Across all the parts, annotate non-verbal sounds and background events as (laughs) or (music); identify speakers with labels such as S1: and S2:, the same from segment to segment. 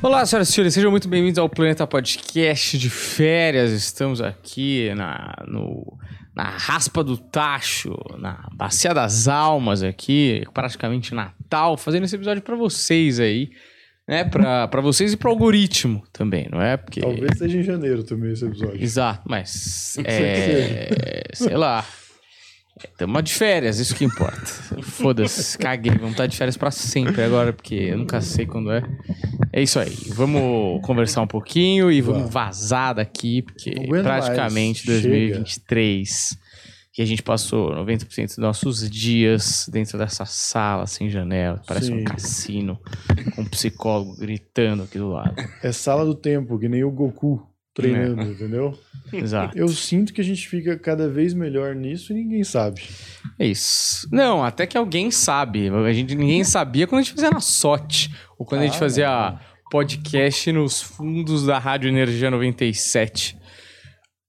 S1: Olá, senhoras e senhores, sejam muito bem-vindos ao Planeta Podcast de férias. Estamos aqui na, no, na raspa do tacho, na bacia das almas aqui, praticamente Natal, fazendo esse episódio pra vocês aí, né? Pra, pra vocês e pro algoritmo também, não é? Porque...
S2: Talvez seja em janeiro também esse episódio.
S1: Exato, mas.
S2: Não sei
S1: É, sei lá. Estamos de férias, isso que importa. Foda-se, caguei. Vamos estar de férias pra sempre agora, porque eu nunca sei quando é. É isso aí. Vamos conversar um pouquinho e vamos
S2: Vamos.
S1: vazar daqui, porque
S2: Não aguento
S1: praticamente
S2: mais, chega.
S1: 2023. E a gente passou 90% dos nossos dias dentro dessa sala sem janela, parece um
S2: Sim.
S1: cassino, com um psicólogo gritando aqui do lado.
S2: É sala do tempo, que nem o Goku
S1: É.
S2: treinando, entendeu?
S1: Exato.
S2: Eu sinto que a gente fica cada vez melhor nisso e ninguém sabe.
S1: É isso. Não, até que alguém sabe. A gente,
S2: (laughs)
S1: ninguém sabia quando a gente fazia na sorte. Ou quando a gente
S2: Ah,
S1: fazia podcast nos fundos da Rádio Energia 97.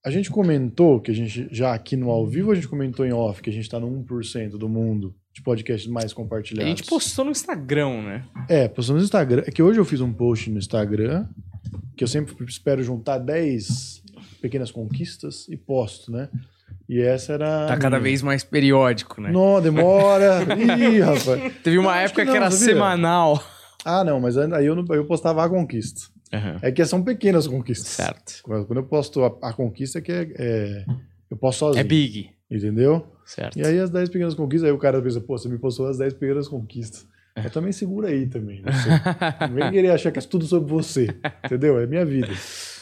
S2: A gente comentou que a gente, já aqui no ao vivo, a gente comentou em off que a gente tá no 1% do mundo de podcasts mais
S1: A
S2: compartilhados.
S1: gente postou no Instagram, né?
S2: É, postou no Instagram. É que hoje eu fiz um post no Instagram, que eu sempre espero juntar 10 pequenas conquistas e posto, né? E essa era.
S1: Tá cada vez mais periódico, né? (laughs)
S2: Não, demora. Ih, rapaz.
S1: Teve uma
S2: Acho
S1: época
S2: que
S1: que,
S2: não,
S1: era
S2: sabia?
S1: semanal.
S2: Ah, não, mas aí eu, não- eu postava a conquista. É que são pequenas conquistas.
S1: Certo.
S2: Quando quando eu posto a, a conquista, é que é, é- eu posto sozinho.
S1: É big.
S2: Entendeu?
S1: Certo.
S2: E aí as 10 pequenas conquistas, aí o cara pensa, pô, você me postou as 10 pequenas conquistas. Eu também segura aí também. Não, sei.
S1: (laughs)
S2: não vem querer achar que é tudo sobre você. Entendeu? É minha vida.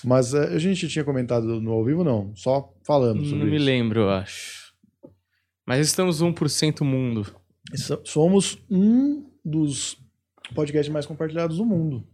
S2: Mas eh, a gente tinha comentado no ao vivo, não. Só falamos sobre
S1: Não me
S2: isso.
S1: lembro, eu acho. Mas estamos 1% mundo.
S2: E so- Somos um dos podcasts mais compartilhados do mundo.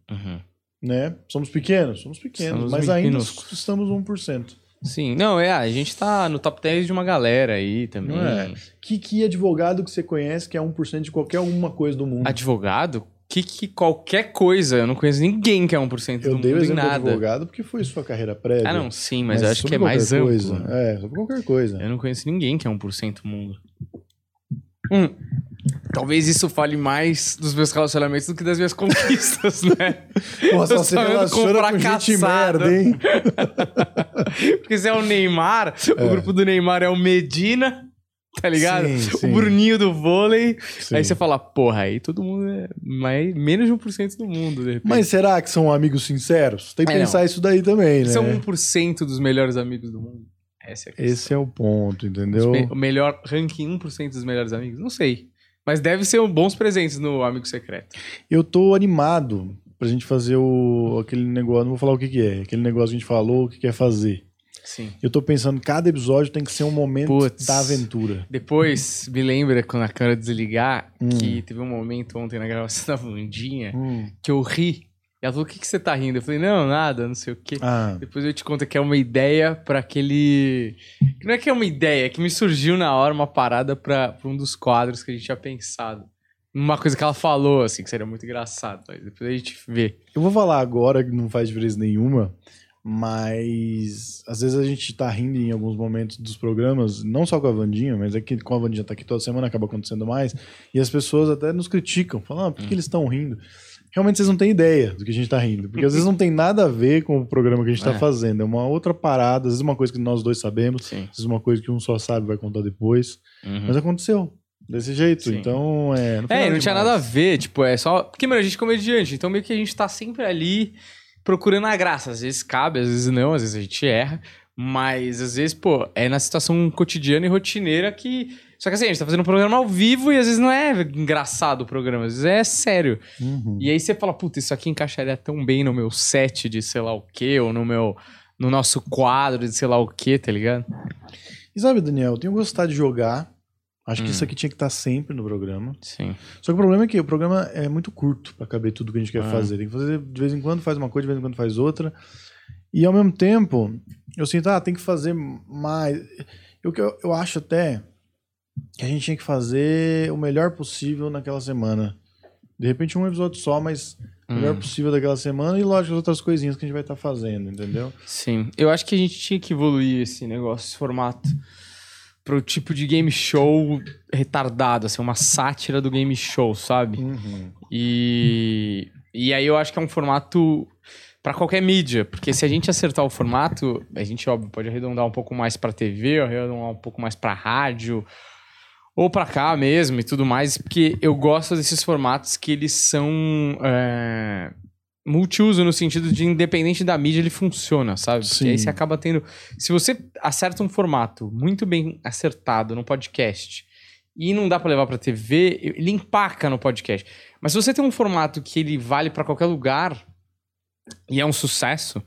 S2: Né? Somos pequenos? Somos pequenos,
S1: Somos
S2: mas ainda
S1: minúsculos.
S2: estamos 1%.
S1: Sim. Não, é, a gente tá no top 10 de uma galera aí também.
S2: Não é? Que, que advogado que você conhece que é 1% de qualquer uma coisa do mundo?
S1: Advogado? Que, que qualquer coisa, eu não conheço ninguém que é 1% do
S2: Eu dei o
S1: mundo em
S2: exemplo de
S1: nada.
S2: advogado porque foi sua carreira prévia.
S1: Ah, não, sim, mas, eu acho
S2: sobre
S1: que é mais
S2: qualquer
S1: amplo.
S2: coisa. É, sobre qualquer coisa.
S1: Eu não conheço ninguém que é 1% do mundo. Hum, Talvez isso fale mais dos meus relacionamentos do que das minhas (laughs) conquistas, né?
S2: Nossa,
S1: Eu
S2: você
S1: só ando
S2: relaciona com gente
S1: fracassado.
S2: merda, hein?
S1: Porque se é o Neymar, o grupo do Neymar é o Medina, tá ligado?
S2: Sim, sim.
S1: O Bruninho do vôlei.
S2: Sim.
S1: Aí você fala, porra, aí todo mundo é mais, menos de 1% do mundo, de repente.
S2: Mas será que são amigos sinceros? Tem que
S1: É,
S2: pensar isso daí também, né?
S1: São 1% dos melhores amigos do mundo. Essa é a questão.
S2: Esse é o ponto, entendeu?
S1: Os me- O melhor ranking 1% dos melhores amigos? Não sei. Mas deve ser um bons presentes no Amigo Secreto.
S2: Eu tô animado pra gente fazer o, aquele negócio, não vou falar o que que é, aquele negócio que a gente falou, o que quer fazer.
S1: Sim.
S2: Eu tô pensando, cada episódio tem que ser um momento
S1: Putz.
S2: da aventura.
S1: Depois, me lembra quando a câmera desligar,
S2: Hum.
S1: que teve um momento ontem na gravação (laughs) da Vandinha
S2: Hum.
S1: que eu ri. Ela falou, o que, que você tá rindo? Eu falei, não, nada, não sei o quê.
S2: Ah,
S1: Depois eu te conto que é uma ideia pra aquele... que Não é que é uma ideia, é que me surgiu na hora uma parada pra pra um dos quadros que a gente tinha pensado. Uma coisa que ela falou, assim, que seria muito engraçado. Mas depois a gente vê.
S2: Eu vou falar agora que não faz diferença nenhuma, mas às vezes a gente tá rindo em alguns momentos dos programas, não só com a Vandinha, mas é que com a Vandinha tá aqui toda semana, acaba acontecendo mais, e as pessoas até nos criticam, falam, ah, por que
S1: Hum.
S2: eles estão rindo? Realmente vocês não têm ideia do que a gente tá rindo, porque às vezes não tem nada a ver com o programa que a gente tá
S1: É.
S2: fazendo, é uma outra parada, às vezes uma coisa que nós dois sabemos,
S1: Sim.
S2: às vezes uma coisa que um só sabe vai contar depois,
S1: Uhum.
S2: mas aconteceu. Desse jeito,
S1: Hum. Sim.
S2: então é. foi
S1: É,
S2: nada
S1: não tinha
S2: demais.
S1: nada a ver, tipo, é só. Porque, mano, a gente é comediante, então meio que a gente tá sempre ali procurando a graça. Às vezes cabe, às vezes não, às vezes a gente erra. Mas às vezes, pô, é na situação cotidiana e rotineira que. Só que assim, a gente tá fazendo um programa ao vivo e às vezes não é engraçado o programa, às vezes é sério.
S2: Uhum.
S1: E aí você fala, puta, isso aqui encaixaria tão bem no meu set de sei lá o quê, ou no meu. no nosso quadro de sei lá o quê, tá ligado?
S2: E sabe, Daniel, eu tenho gostado de jogar. Acho
S1: Hum.
S2: que isso aqui tinha que estar sempre no programa.
S1: Sim.
S2: Só que o problema é que o programa é muito curto pra caber tudo que a gente quer
S1: Ah.
S2: fazer. Tem que fazer de vez em quando faz uma coisa, de vez em quando faz outra. E ao mesmo tempo, eu sinto, ah, tem que fazer mais. Eu, que- eu, eu acho até que a gente tinha que fazer o melhor possível naquela semana. De repente, um episódio só, mas o melhor
S1: Hum.
S2: possível daquela semana e, lógico, as outras coisinhas que a gente vai estar fazendo, entendeu?
S1: Sim. Eu acho que a gente tinha que evoluir esse negócio, esse formato. Pro tipo de game show Uhum. retardado, assim, uma sátira do game show, sabe? E. E aí eu acho que é um formato para qualquer mídia, porque se a gente acertar o formato, a gente, óbvio, pode arredondar um pouco mais para TV, arredondar um pouco mais para rádio, ou para cá mesmo e tudo mais, porque eu gosto desses formatos que eles são é, multiuso no sentido de independente da mídia ele funciona, sabe? Porque
S2: Sim.
S1: aí você acaba tendo, se você acerta um formato muito bem acertado no podcast e não dá para levar para TV, ele empaca no podcast. Mas se você tem um formato que ele vale para qualquer lugar e é um sucesso,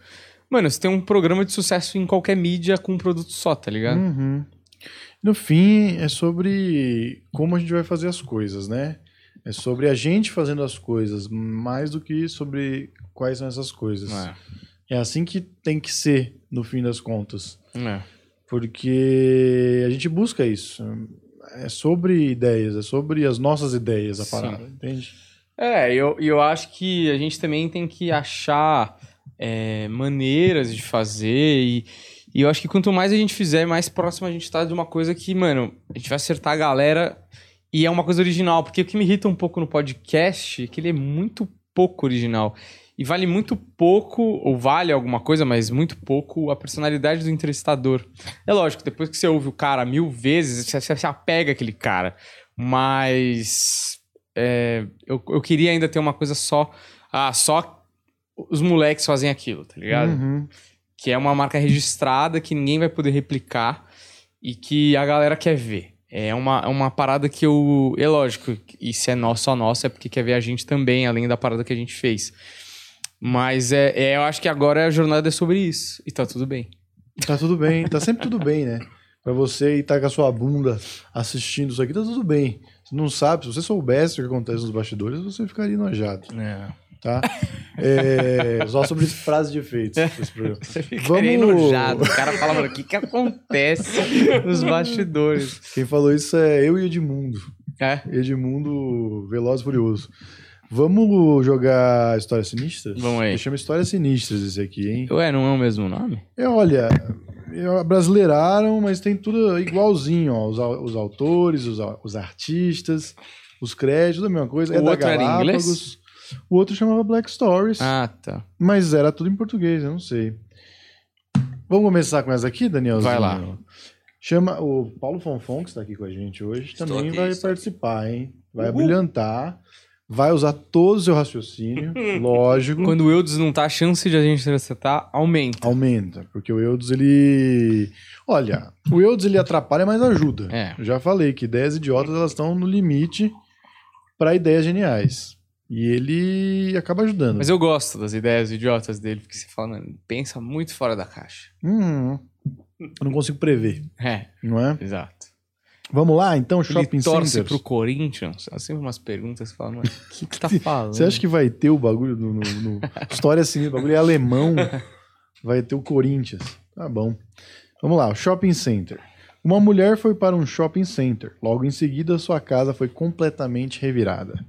S1: mano, você tem um programa de sucesso em qualquer mídia com um produto só, tá ligado?
S2: Uhum. No fim, é sobre como a gente vai fazer as coisas, né? É sobre a gente fazendo as coisas, mais do que sobre quais são essas coisas.
S1: É.
S2: É assim que tem que ser, no fim das contas.
S1: É.
S2: Porque a gente busca isso. É sobre ideias, é sobre as nossas ideias, a
S1: Sim.
S2: parada, entende?
S1: É, e eu, e eu acho que a gente também tem que achar é, maneiras de fazer. E, e eu acho que quanto mais a gente fizer, mais próximo a gente tá de uma coisa que, mano, a gente vai acertar a galera e é uma coisa original. Porque o que me irrita um pouco no podcast é que ele é muito pouco original. E vale muito pouco, ou vale alguma coisa, mas muito pouco, a personalidade do entrevistador. É lógico, depois que você ouve o cara mil vezes, você, você se apega àquele cara. Mas é, eu, eu queria ainda ter uma coisa só. Ah, só os moleques fazem aquilo, tá ligado?
S2: Uhum.
S1: Que é uma marca registrada que ninguém vai poder replicar e que a galera quer ver. É uma, é uma parada que eu. É lógico, e se é nosso, só nosso, é porque quer ver a gente também, além da parada que a gente fez. Mas é, é, eu acho que agora a jornada é sobre isso. E tá tudo bem.
S2: Tá tudo bem, tá sempre tudo bem, né? Pra você estar com a sua bunda assistindo isso aqui, tá tudo bem. Você não sabe, se você soubesse o que acontece nos bastidores, você ficaria enojado, tá? É, só sobre (laughs) frases de efeito. esse programa.
S1: Você fica
S2: Vamos-
S1: enojado. O cara fala, mano, o que, que acontece nos bastidores?
S2: Quem falou isso é eu e Edmundo.
S1: É.
S2: Edmundo Veloz e Furioso. Vamos jogar História Sinistra?
S1: Vamos aí.
S2: Chama Histórias Sinistras esse aqui, hein?
S1: Ué, não é o mesmo nome?
S2: É, olha, eu- brasileiraram, mas tem tudo igualzinho, ó. Os, au- os autores, os, au- os artistas, os créditos, tudo a mesma coisa.
S1: O
S2: é da
S1: outro era em
S2: Galápagos.
S1: inglês?
S2: O outro chamava Black Stories,
S1: Ah, tá.
S2: mas era tudo em português, eu não sei. Vamos começar com essa aqui, Danielzinho?
S1: Vai lá.
S2: Chama o Paulo Fonfon, que está aqui com a gente hoje,
S3: Estou
S2: também
S3: aqui,
S2: vai
S3: estou
S2: participar, hein? Vai
S3: Uhul.
S2: brilhantar, vai usar todo o seu
S3: (laughs)
S2: raciocínio, lógico.
S1: Quando o Eudes não tá, a chance de a gente acertar aumenta.
S2: Aumenta, porque o Eudes, ele. Olha, o Eudes ele atrapalha, mas ajuda.
S1: É.
S2: Eu Já falei que ideias idiotas elas estão no limite para ideias geniais. E ele acaba ajudando.
S1: Mas eu gosto das ideias idiotas dele, porque você fala, mano, pensa muito fora da caixa.
S2: Hum, eu não consigo prever,
S1: É,
S2: não é?
S1: exato.
S2: Vamos lá, então, shopping
S1: Ele torce
S2: centers.
S1: pro Corinthians. Há sempre umas perguntas que falam, mano, o que que tá falando?
S2: (laughs) Você acha que vai ter o bagulho no, no- no- história assim, o bagulho é alemão, vai ter o Corinthians. Tá bom. Vamos lá, o shopping center. Uma mulher foi para um shopping center. Logo em seguida, sua casa foi completamente revirada.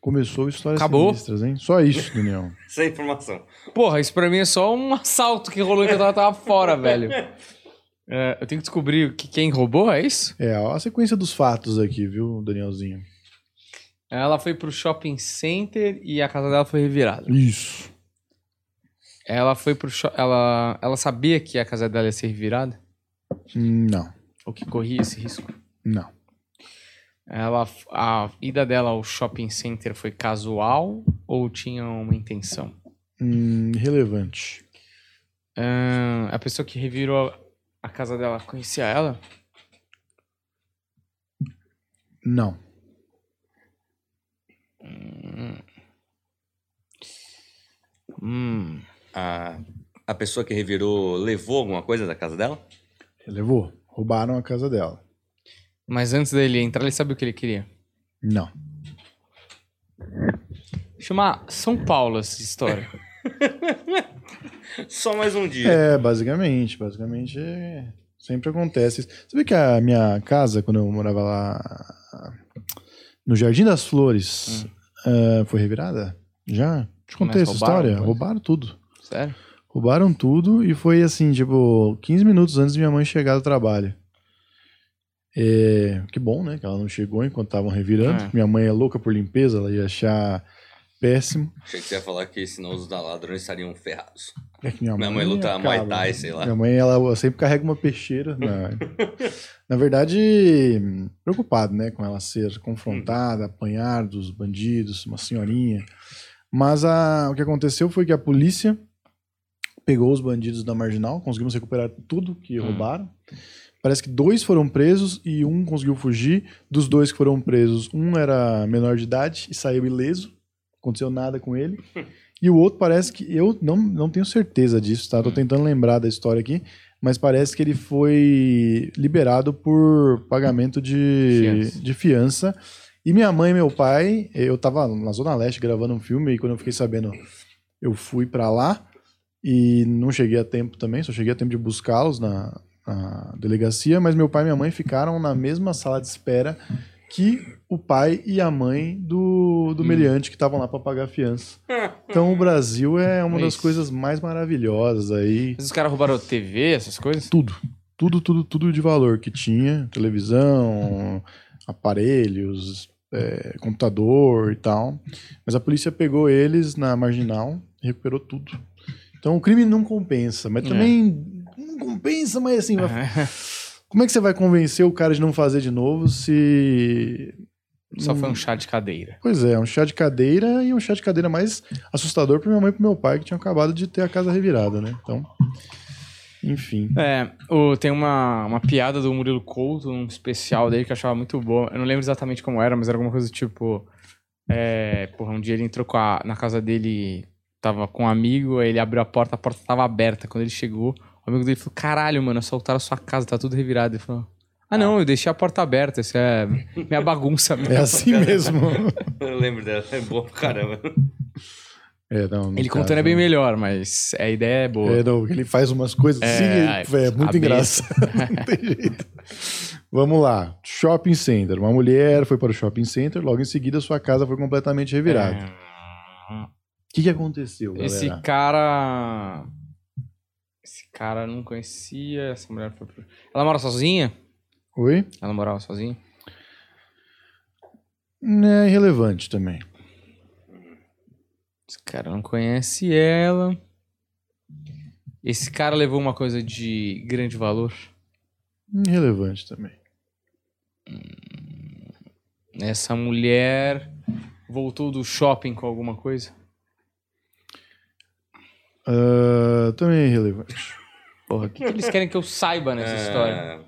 S2: Começou histórias
S1: Acabou?
S2: sinistras, hein? Só isso, Daniel.
S3: Sem informação.
S1: Porra, isso pra mim é só um assalto que rolou que eu tava, tava
S2: (laughs)
S1: fora, velho. É, eu tenho que descobrir o que, quem roubou, é isso?
S2: É, ó, a sequência dos fatos aqui, viu, Danielzinho?
S1: Ela foi pro shopping center e a casa dela foi revirada.
S2: Isso.
S1: Ela foi pro sho- ela Ela sabia que a casa dela ia ser revirada?
S2: Hum, Não,
S1: Ou que corria esse risco?
S2: não.
S1: Ela, a ida dela ao shopping center foi casual ou tinha uma intenção?
S2: Hum, relevante.
S1: Ahn, Hum, a pessoa que revirou a casa dela conhecia ela?
S2: Não.
S1: Hum,
S3: A, a pessoa que revirou levou alguma coisa da casa dela?
S2: Relevou. Roubaram a casa dela.
S1: mas antes dele entrar, ele sabia o que ele queria.
S2: Não.
S1: Chamar São Paulo essa história. (laughs)
S3: Só mais um dia.
S2: É, basicamente, basicamente é, sempre acontece. Sabe que a minha casa, quando eu morava lá no Jardim das Flores,
S3: Hum.
S2: ah, foi revirada? Já? Te contei
S1: Mas
S2: essa
S1: roubaram
S2: história?
S1: coisa?
S2: Roubaram tudo.
S1: Sério?
S2: Roubaram tudo e foi assim, tipo, 15 minutos antes de minha mãe chegar do trabalho. É, que bom, né? Que ela não chegou enquanto estavam revirando.
S1: É.
S2: Minha mãe é louca por limpeza, ela ia achar péssimo.
S3: Achei que você ia falar que senão os ladrões estariam ferrados.
S2: É que minha,
S3: Minha mãe luta
S2: acaba, né?
S3: Muay Thai, sei lá.
S2: Minha mãe, ela sempre carrega uma peixeira.
S3: (laughs)
S2: Na, na verdade, preocupado, né? Com ela ser confrontada, apanhar dos bandidos, uma senhorinha. Mas a- o que aconteceu foi que a polícia pegou os bandidos da Marginal, conseguimos recuperar tudo que
S1: Hum.
S2: roubaram. Parece que dois foram presos e um conseguiu fugir. Dos dois que foram presos, um era menor de idade e saiu ileso. Aconteceu nada com ele. E o outro parece que. Eu não, não tenho certeza disso, tá? Tô
S1: Hum.
S2: tentando lembrar da história aqui. Mas parece que ele foi liberado por pagamento de
S1: Fiança.
S2: de fiança. E minha mãe e meu pai, eu tava na Zona Leste gravando um filme e quando eu fiquei sabendo, eu fui pra lá e não cheguei a tempo também, só cheguei a tempo de buscá-los na, na delegacia, mas meu pai e minha mãe ficaram na mesma sala de espera que o pai e a mãe do, do
S1: Hum.
S2: meliante que estavam lá pra pagar
S1: (laughs)
S2: a fiança. Então o Brasil é uma
S1: É
S2: das
S1: isso.
S2: coisas mais maravilhosas aí.
S1: Mas os caras roubaram TV, essas coisas?
S2: Tudo. Tudo, tudo, tudo de valor que tinha. Televisão, aparelhos, é, computador e tal. Mas a polícia pegou eles na marginal e recuperou tudo. Então o crime não compensa, mas
S1: É.
S2: também não compensa, mas assim, vai-
S1: É,
S2: como é que você vai convencer o cara de não fazer de novo se.
S1: (laughs) Só
S2: não-
S1: foi um chá de cadeira.
S2: Pois é, um chá de cadeira e um chá de cadeira mais assustador para minha mãe e pro meu pai, que tinham acabado de ter a casa revirada, né? Então. Enfim.
S1: É, o- tem uma, uma piada do Murilo Couto, um especial dele que eu achava muito boa. Eu não lembro exatamente como era, mas era alguma coisa do tipo. É, porra, um dia ele entrou com a- na casa dele, tava com um amigo, aí ele abriu a porta, a porta tava aberta. Quando ele chegou, o amigo dele falou: Caralho, mano, assaltaram a sua casa, tá tudo revirado. Ele falou: Ah, não, eu deixei a porta aberta, isso é minha bagunça mesmo.
S2: É assim mesmo.
S3: Eu lembro dela, é boa pra caramba.
S2: É, não, no
S1: Ele
S2: caso,
S1: contando é bem melhor, mas a ideia é boa.
S2: É, não, ele faz umas coisas
S1: É,
S2: assim,
S1: ai,
S2: ele- é, muito
S1: a
S2: engraçado. (laughs) não tem jeito. Vamos lá. Shopping center. Uma mulher foi para o shopping center, logo em seguida sua casa foi completamente revirada. O que, que aconteceu, galera?
S1: É. Esse cara. Esse cara eu não conhecia. Essa mulher foi. pro- Ela mora sozinha?
S2: Oi?
S1: Ela morava sozinha?
S2: É irrelevante também.
S1: Esse cara não conhece ela. Esse cara levou uma coisa de grande valor.
S2: Irrelevante também.
S1: Essa mulher voltou do shopping com alguma coisa.
S2: Ah, também é irrelevante.
S1: Porra, o que, que eles querem que eu saiba nessa
S3: É,
S1: história?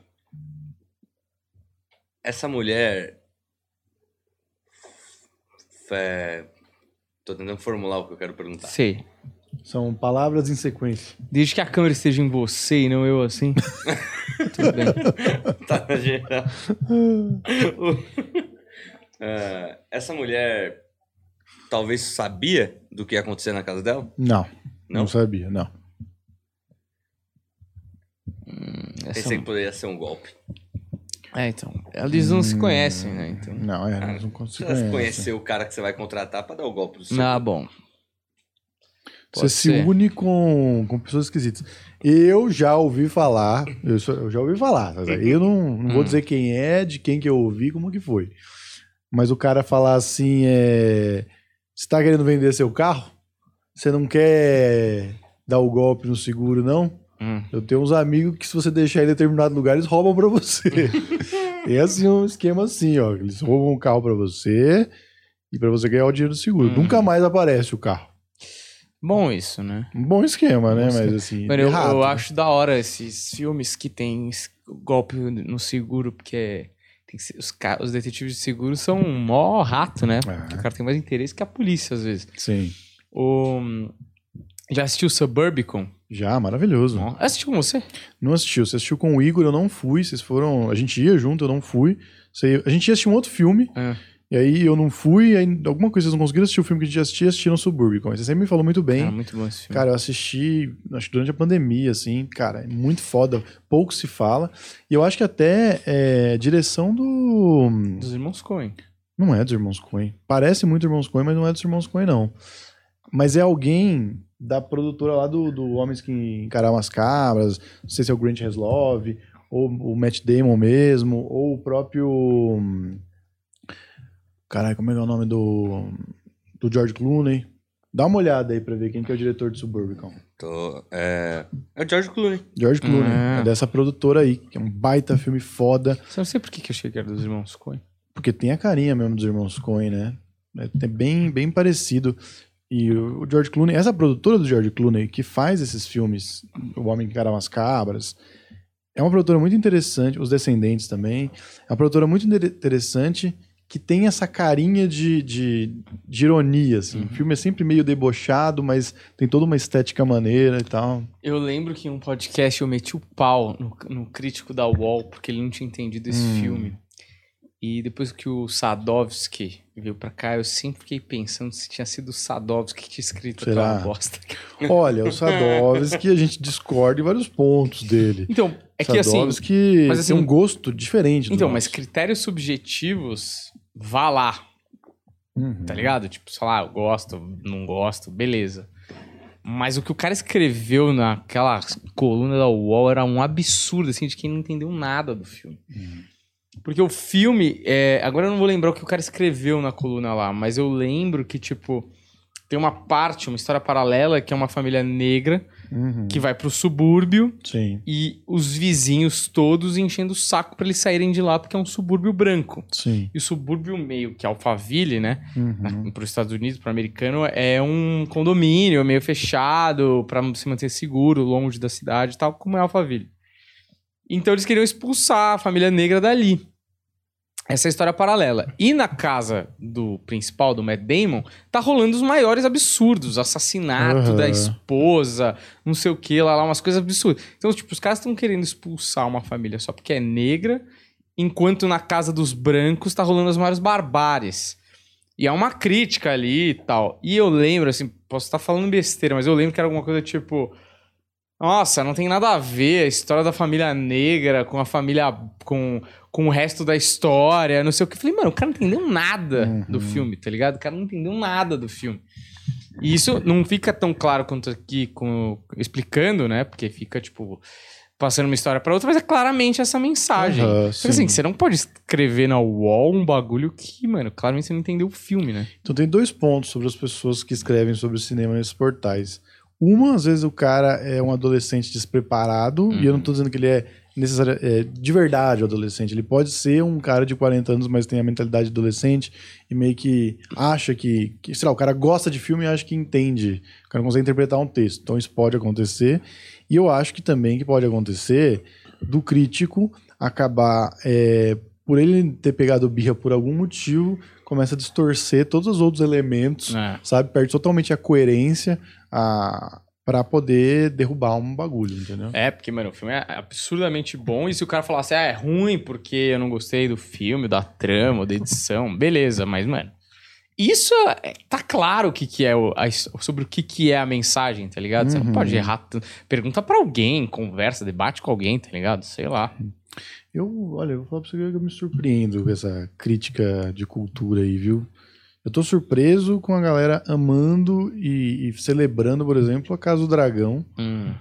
S3: Essa mulher. É... Tô tentando formular o que eu quero perguntar.
S1: Sei.
S2: São palavras em sequência.
S1: Desde que a câmera esteja em você e não eu
S2: (laughs)
S1: assim. Tudo bem.
S3: Tá (laughs) na geral. É, essa mulher talvez sabia do que ia acontecer na casa dela?
S2: Não, não,
S3: Não?
S2: sabia, não.
S1: Essa...
S3: Pensei que poderia ser um golpe.
S1: É, então. Eles não se
S2: Hum,
S1: conhecem, né? Então.
S2: Não, é, não
S3: Você
S2: consigo.
S3: conhece. conhecer o cara que você vai contratar pra dar o golpe do seu.
S1: Ah, bom.
S2: Você se une com, com pessoas esquisitas. Eu já ouvi falar, eu, só- eu já ouvi falar, mas aí eu não, não vou
S1: Hum.
S2: dizer quem é, de quem que eu ouvi, como que foi. Mas o cara falar assim, é, você tá querendo vender seu carro? Você não quer dar o golpe no seguro, não?
S1: Hum.
S2: Eu tenho uns amigos que se você deixar em determinado lugar, eles roubam
S1: (laughs)
S2: pra você. é assim, um esquema assim, ó. Eles roubam o carro pra você e pra você ganhar o dinheiro do seguro.
S1: Hum.
S2: Nunca mais aparece o carro.
S1: Bom isso, né?
S2: Um bom esquema, né?
S1: Bom esquema.
S2: Mas assim.
S1: Mano, eu,
S2: errado,
S1: eu
S2: né?
S1: acho da hora esses filmes que tem es- golpe no seguro, porque tem que ser- os, ca- os detetives de seguro são um mó rato, né?
S2: Ah.
S1: O cara tem mais interesse que a polícia, às vezes.
S2: Sim.
S1: O... Já assistiu Suburbicon?
S2: Já, maravilhoso.
S1: Não. Assistiu com você?
S2: Não assistiu. Você assistiu com o Igor, eu não fui. Vocês foram. A gente ia junto, eu não fui. Você- A gente ia assistir um outro filme.
S1: É.
S2: E aí eu não fui. E aí, alguma coisa vocês não conseguiram assistir o filme que a gente assistia, assistiram Suburbicon. é. Você sempre me falou muito bem.
S1: Cara, muito bom esse filme.
S2: Cara, eu assisti, acho que durante a pandemia, assim, cara, é muito foda, pouco se fala. E eu acho que até é, direção do.
S1: Dos irmãos Coen.
S2: Não é dos Irmãos Coen. Parece muito Irmãos Coen, mas não é dos Irmãos Coen, não. Mas é alguém da produtora lá do, do Homens que Encararam as Cabras, não sei se é o Grant Heslov, ou o Matt Damon mesmo, ou o próprio. Caralho, como é que é o nome do. do George Clooney. Dá uma olhada aí pra ver quem que é o diretor de Suburbicon.
S3: Tô, é... é o George Clooney.
S2: George Clooney,
S1: Ah.
S2: é dessa produtora aí, que é um baita filme foda,
S1: Eu não sei por que que eu achei que era dos irmãos Coen.
S2: porque tem a carinha mesmo dos irmãos Coen, né? É bem, bem parecido. E o o George Clooney, essa produtora do George Clooney, que faz esses filmes, O Homem que Encarava as Cabras, é uma produtora muito interessante, Os Descendentes também, é uma produtora muito inter- interessante que tem essa carinha de, de, de ironia, assim. O filme é sempre meio debochado, mas tem toda uma estética maneira e tal.
S1: Eu lembro que em um podcast eu meti o pau no, no crítico da UOL, porque ele não tinha entendido esse
S2: Hum.
S1: filme. E depois que o Sadovski veio pra cá, eu sempre fiquei pensando se tinha sido o Sadovski que tinha escrito
S2: Será?
S1: aquela bosta. (laughs)
S2: Olha, o Sadovski, a gente discorda em vários pontos dele.
S1: Então, é que assim.
S2: Sadovski
S1: mas assim-
S2: tem um gosto diferente. do
S1: Então,
S2: nosso.
S1: mas critérios subjetivos, vá lá,
S2: Uhum.
S1: tá ligado? Tipo, sei lá, eu gosto, não gosto, beleza. Mas o que o cara escreveu naquela coluna da UOL era um absurdo, assim, de quem não entendeu nada do filme. Porque o filme. é, agora eu não vou lembrar o que o cara escreveu na coluna lá, mas eu lembro que, tipo, tem uma parte, uma história paralela, que é uma família negra
S2: Uhum.
S1: que vai pro subúrbio
S2: Sim,
S1: e os vizinhos todos enchendo o saco pra eles saírem de lá, porque é um subúrbio branco.
S2: sim.
S1: E o subúrbio meio que é Alphaville, né?
S2: Uhum.
S1: Para os Estados Unidos, para americano, é um condomínio meio fechado pra se manter seguro, longe da cidade e tal, como é Alphaville. Então eles queriam expulsar a família negra dali. Essa é a história paralela. E na casa do principal, do Matt Damon, tá rolando os maiores absurdos. Assassinato
S2: Aham.
S1: da esposa, não sei o que, lá, lá, umas coisas absurdas. Então, tipo, os caras estão querendo expulsar uma família só porque é negra, enquanto na casa dos brancos tá rolando as maiores barbáries. E há uma crítica ali e tal. E eu lembro, assim, posso estar falando besteira, mas eu lembro que era alguma coisa tipo. Nossa, não tem nada a ver a história da família negra com a família. com, com o resto da história, não sei o que. Eu falei, mano, o cara não entendeu nada
S2: Uhum.
S1: do filme, tá ligado? O cara não entendeu nada do filme. E isso não fica tão claro quanto aqui com, explicando, né? Porque fica, tipo, passando uma história pra outra, mas é claramente essa mensagem.
S2: Aham,
S1: Só que assim,
S2: Ah, sim.
S1: você não pode escrever na UOL um bagulho que, mano, claramente você não entendeu o filme, né?
S2: Então tem dois pontos sobre as pessoas que escrevem sobre cinema nesses portais. Uma, às vezes o cara é um adolescente despreparado, e eu não tô dizendo que ele é necessário é, de verdade o adolescente. Ele pode ser um cara de 40 anos, mas tem a mentalidade adolescente e meio que acha que, que sei lá, o cara gosta de filme e acha que entende. O cara não consegue interpretar um texto. Então isso pode acontecer. E eu acho que também que pode acontecer do crítico acabar é, por ele ter pegado birra por algum motivo, começa a distorcer todos os outros elementos, sabe? Perde totalmente a coerência a... para poder derrubar um bagulho, entendeu?
S1: É, porque, mano, o filme é absurdamente bom. E se o cara falasse, ah, é ruim porque eu não gostei do filme, da trama, da edição, (laughs) beleza, mas, mano. Isso é- tá claro o que, que é o, a his- sobre o que, que é a mensagem, tá ligado? Você não
S2: Uhum.
S1: pode errar. tanto. Pergunta pra alguém, conversa, debate com alguém, tá ligado? Sei lá.
S2: Eu, olha, eu vou falar pra você que eu me surpreendo com essa crítica de cultura aí, viu? Eu tô surpreso com a galera amando e, e celebrando, por exemplo, a Casa do Dragão.
S1: Hum.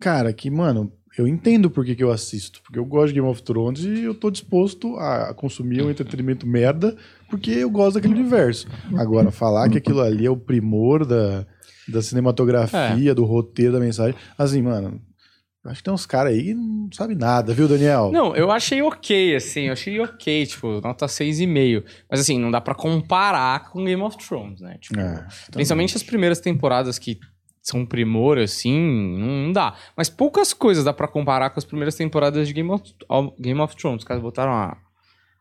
S2: Cara, que, mano, eu entendo por que, que eu assisto. Porque eu gosto de Game of Thrones e eu tô disposto a consumir um entretenimento merda porque eu gosto daquele universo. Agora, falar que aquilo ali é o primor da, da cinematografia,
S1: É.
S2: do roteiro, da mensagem. Assim, mano, eu acho que tem uns caras aí que não sabem nada, viu, Daniel?
S1: Não, eu achei ok, assim, eu achei ok, tipo, nota 6,5. Mas assim, não dá pra comparar com Game of Thrones, né? Tipo,
S2: É,
S1: Principalmente as primeiras temporadas que são um primor, assim, não dá. Mas poucas coisas dá pra comparar com as primeiras temporadas de Game of, of- Game of Thrones. Os caras botaram a,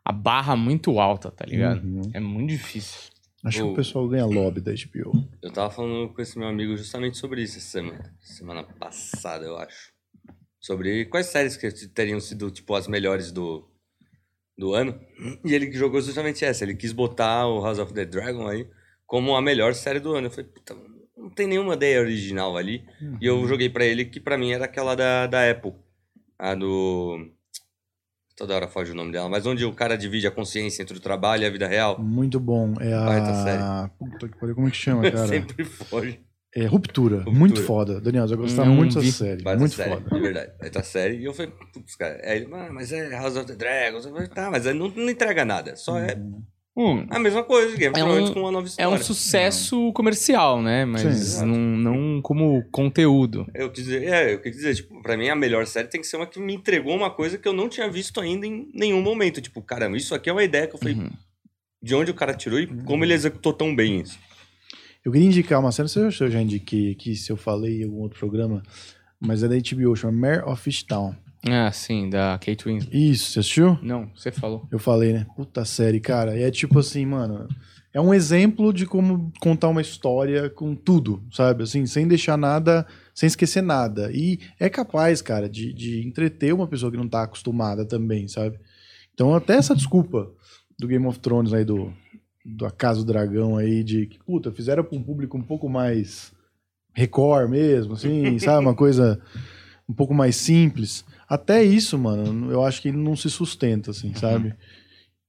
S1: a barra muito alta, tá ligado?
S2: Uhum.
S1: É muito difícil.
S2: Acho que
S3: O-
S2: o pessoal ganha lobby da HBO.
S3: Eu tava falando com esse meu amigo justamente sobre isso essa semana. Semana passada, eu acho. Sobre quais séries que teriam sido, tipo, as melhores do, do ano. E ele jogou justamente essa. Ele quis botar o House of the Dragon aí como a melhor série do ano. Eu falei, puta, não tem nenhuma ideia original ali. E eu joguei pra ele que pra mim era aquela da, da Apple. A do. Toda hora foge o nome dela, mas onde o cara divide a consciência entre o trabalho e a vida real.
S2: Muito bom. É
S3: Baita
S1: (laughs)
S2: a. Puta que pariu, como é que chama, cara?
S3: (laughs) Sempre foge.
S2: É, Ruptura,
S3: Ruptura.
S2: Muito foda. Daniel, eu gostava
S1: Não
S2: muito
S1: vi.
S2: dessa série.
S3: Baita
S2: muito
S3: série,
S2: foda.
S3: de verdade. Baita série. E eu falei, putz, cara. Aí ele, "Ah, mas é House of the Dragons. Eu falei, tá, mas aí não, não entrega nada. Só é
S1: Hum,
S3: a mesma coisa, Game of
S1: É um-
S3: Thrones com uma nova
S1: é
S3: história.
S1: um sucesso comercial, né? Mas
S2: Sim,
S1: não, não como conteúdo.
S3: Eu quis dizer, é, eu quis dizer, tipo, pra mim a melhor série tem que ser uma que me entregou uma coisa que eu não tinha visto ainda em nenhum momento. Tipo, caramba, isso aqui é uma ideia que eu falei,
S1: Uhum.
S3: de onde o cara tirou e como ele executou tão bem isso.
S2: Eu queria indicar uma série, não sei se eu já indiquei aqui, se eu falei em algum outro programa, mas é da HBO, chama Mare of Fish Town.
S1: Ah, sim, da Kate Winslet.
S2: Isso, você assistiu?
S1: Não, você falou.
S2: Eu falei, né? Puta série, cara. E é tipo assim, mano. É um exemplo de como contar uma história com tudo, sabe? Assim, sem deixar nada, sem esquecer nada. E é capaz, cara, de, de entreter uma pessoa que não tá acostumada também, sabe? Então, até essa desculpa do Game of Thrones aí, do, do Acaso do Dragão aí, de que, puta, fizeram pra um público um pouco mais record mesmo,
S3: (laughs)
S2: assim, sabe? Uma coisa um pouco mais simples. Até isso, mano, eu acho que ele não se sustenta, assim, sabe?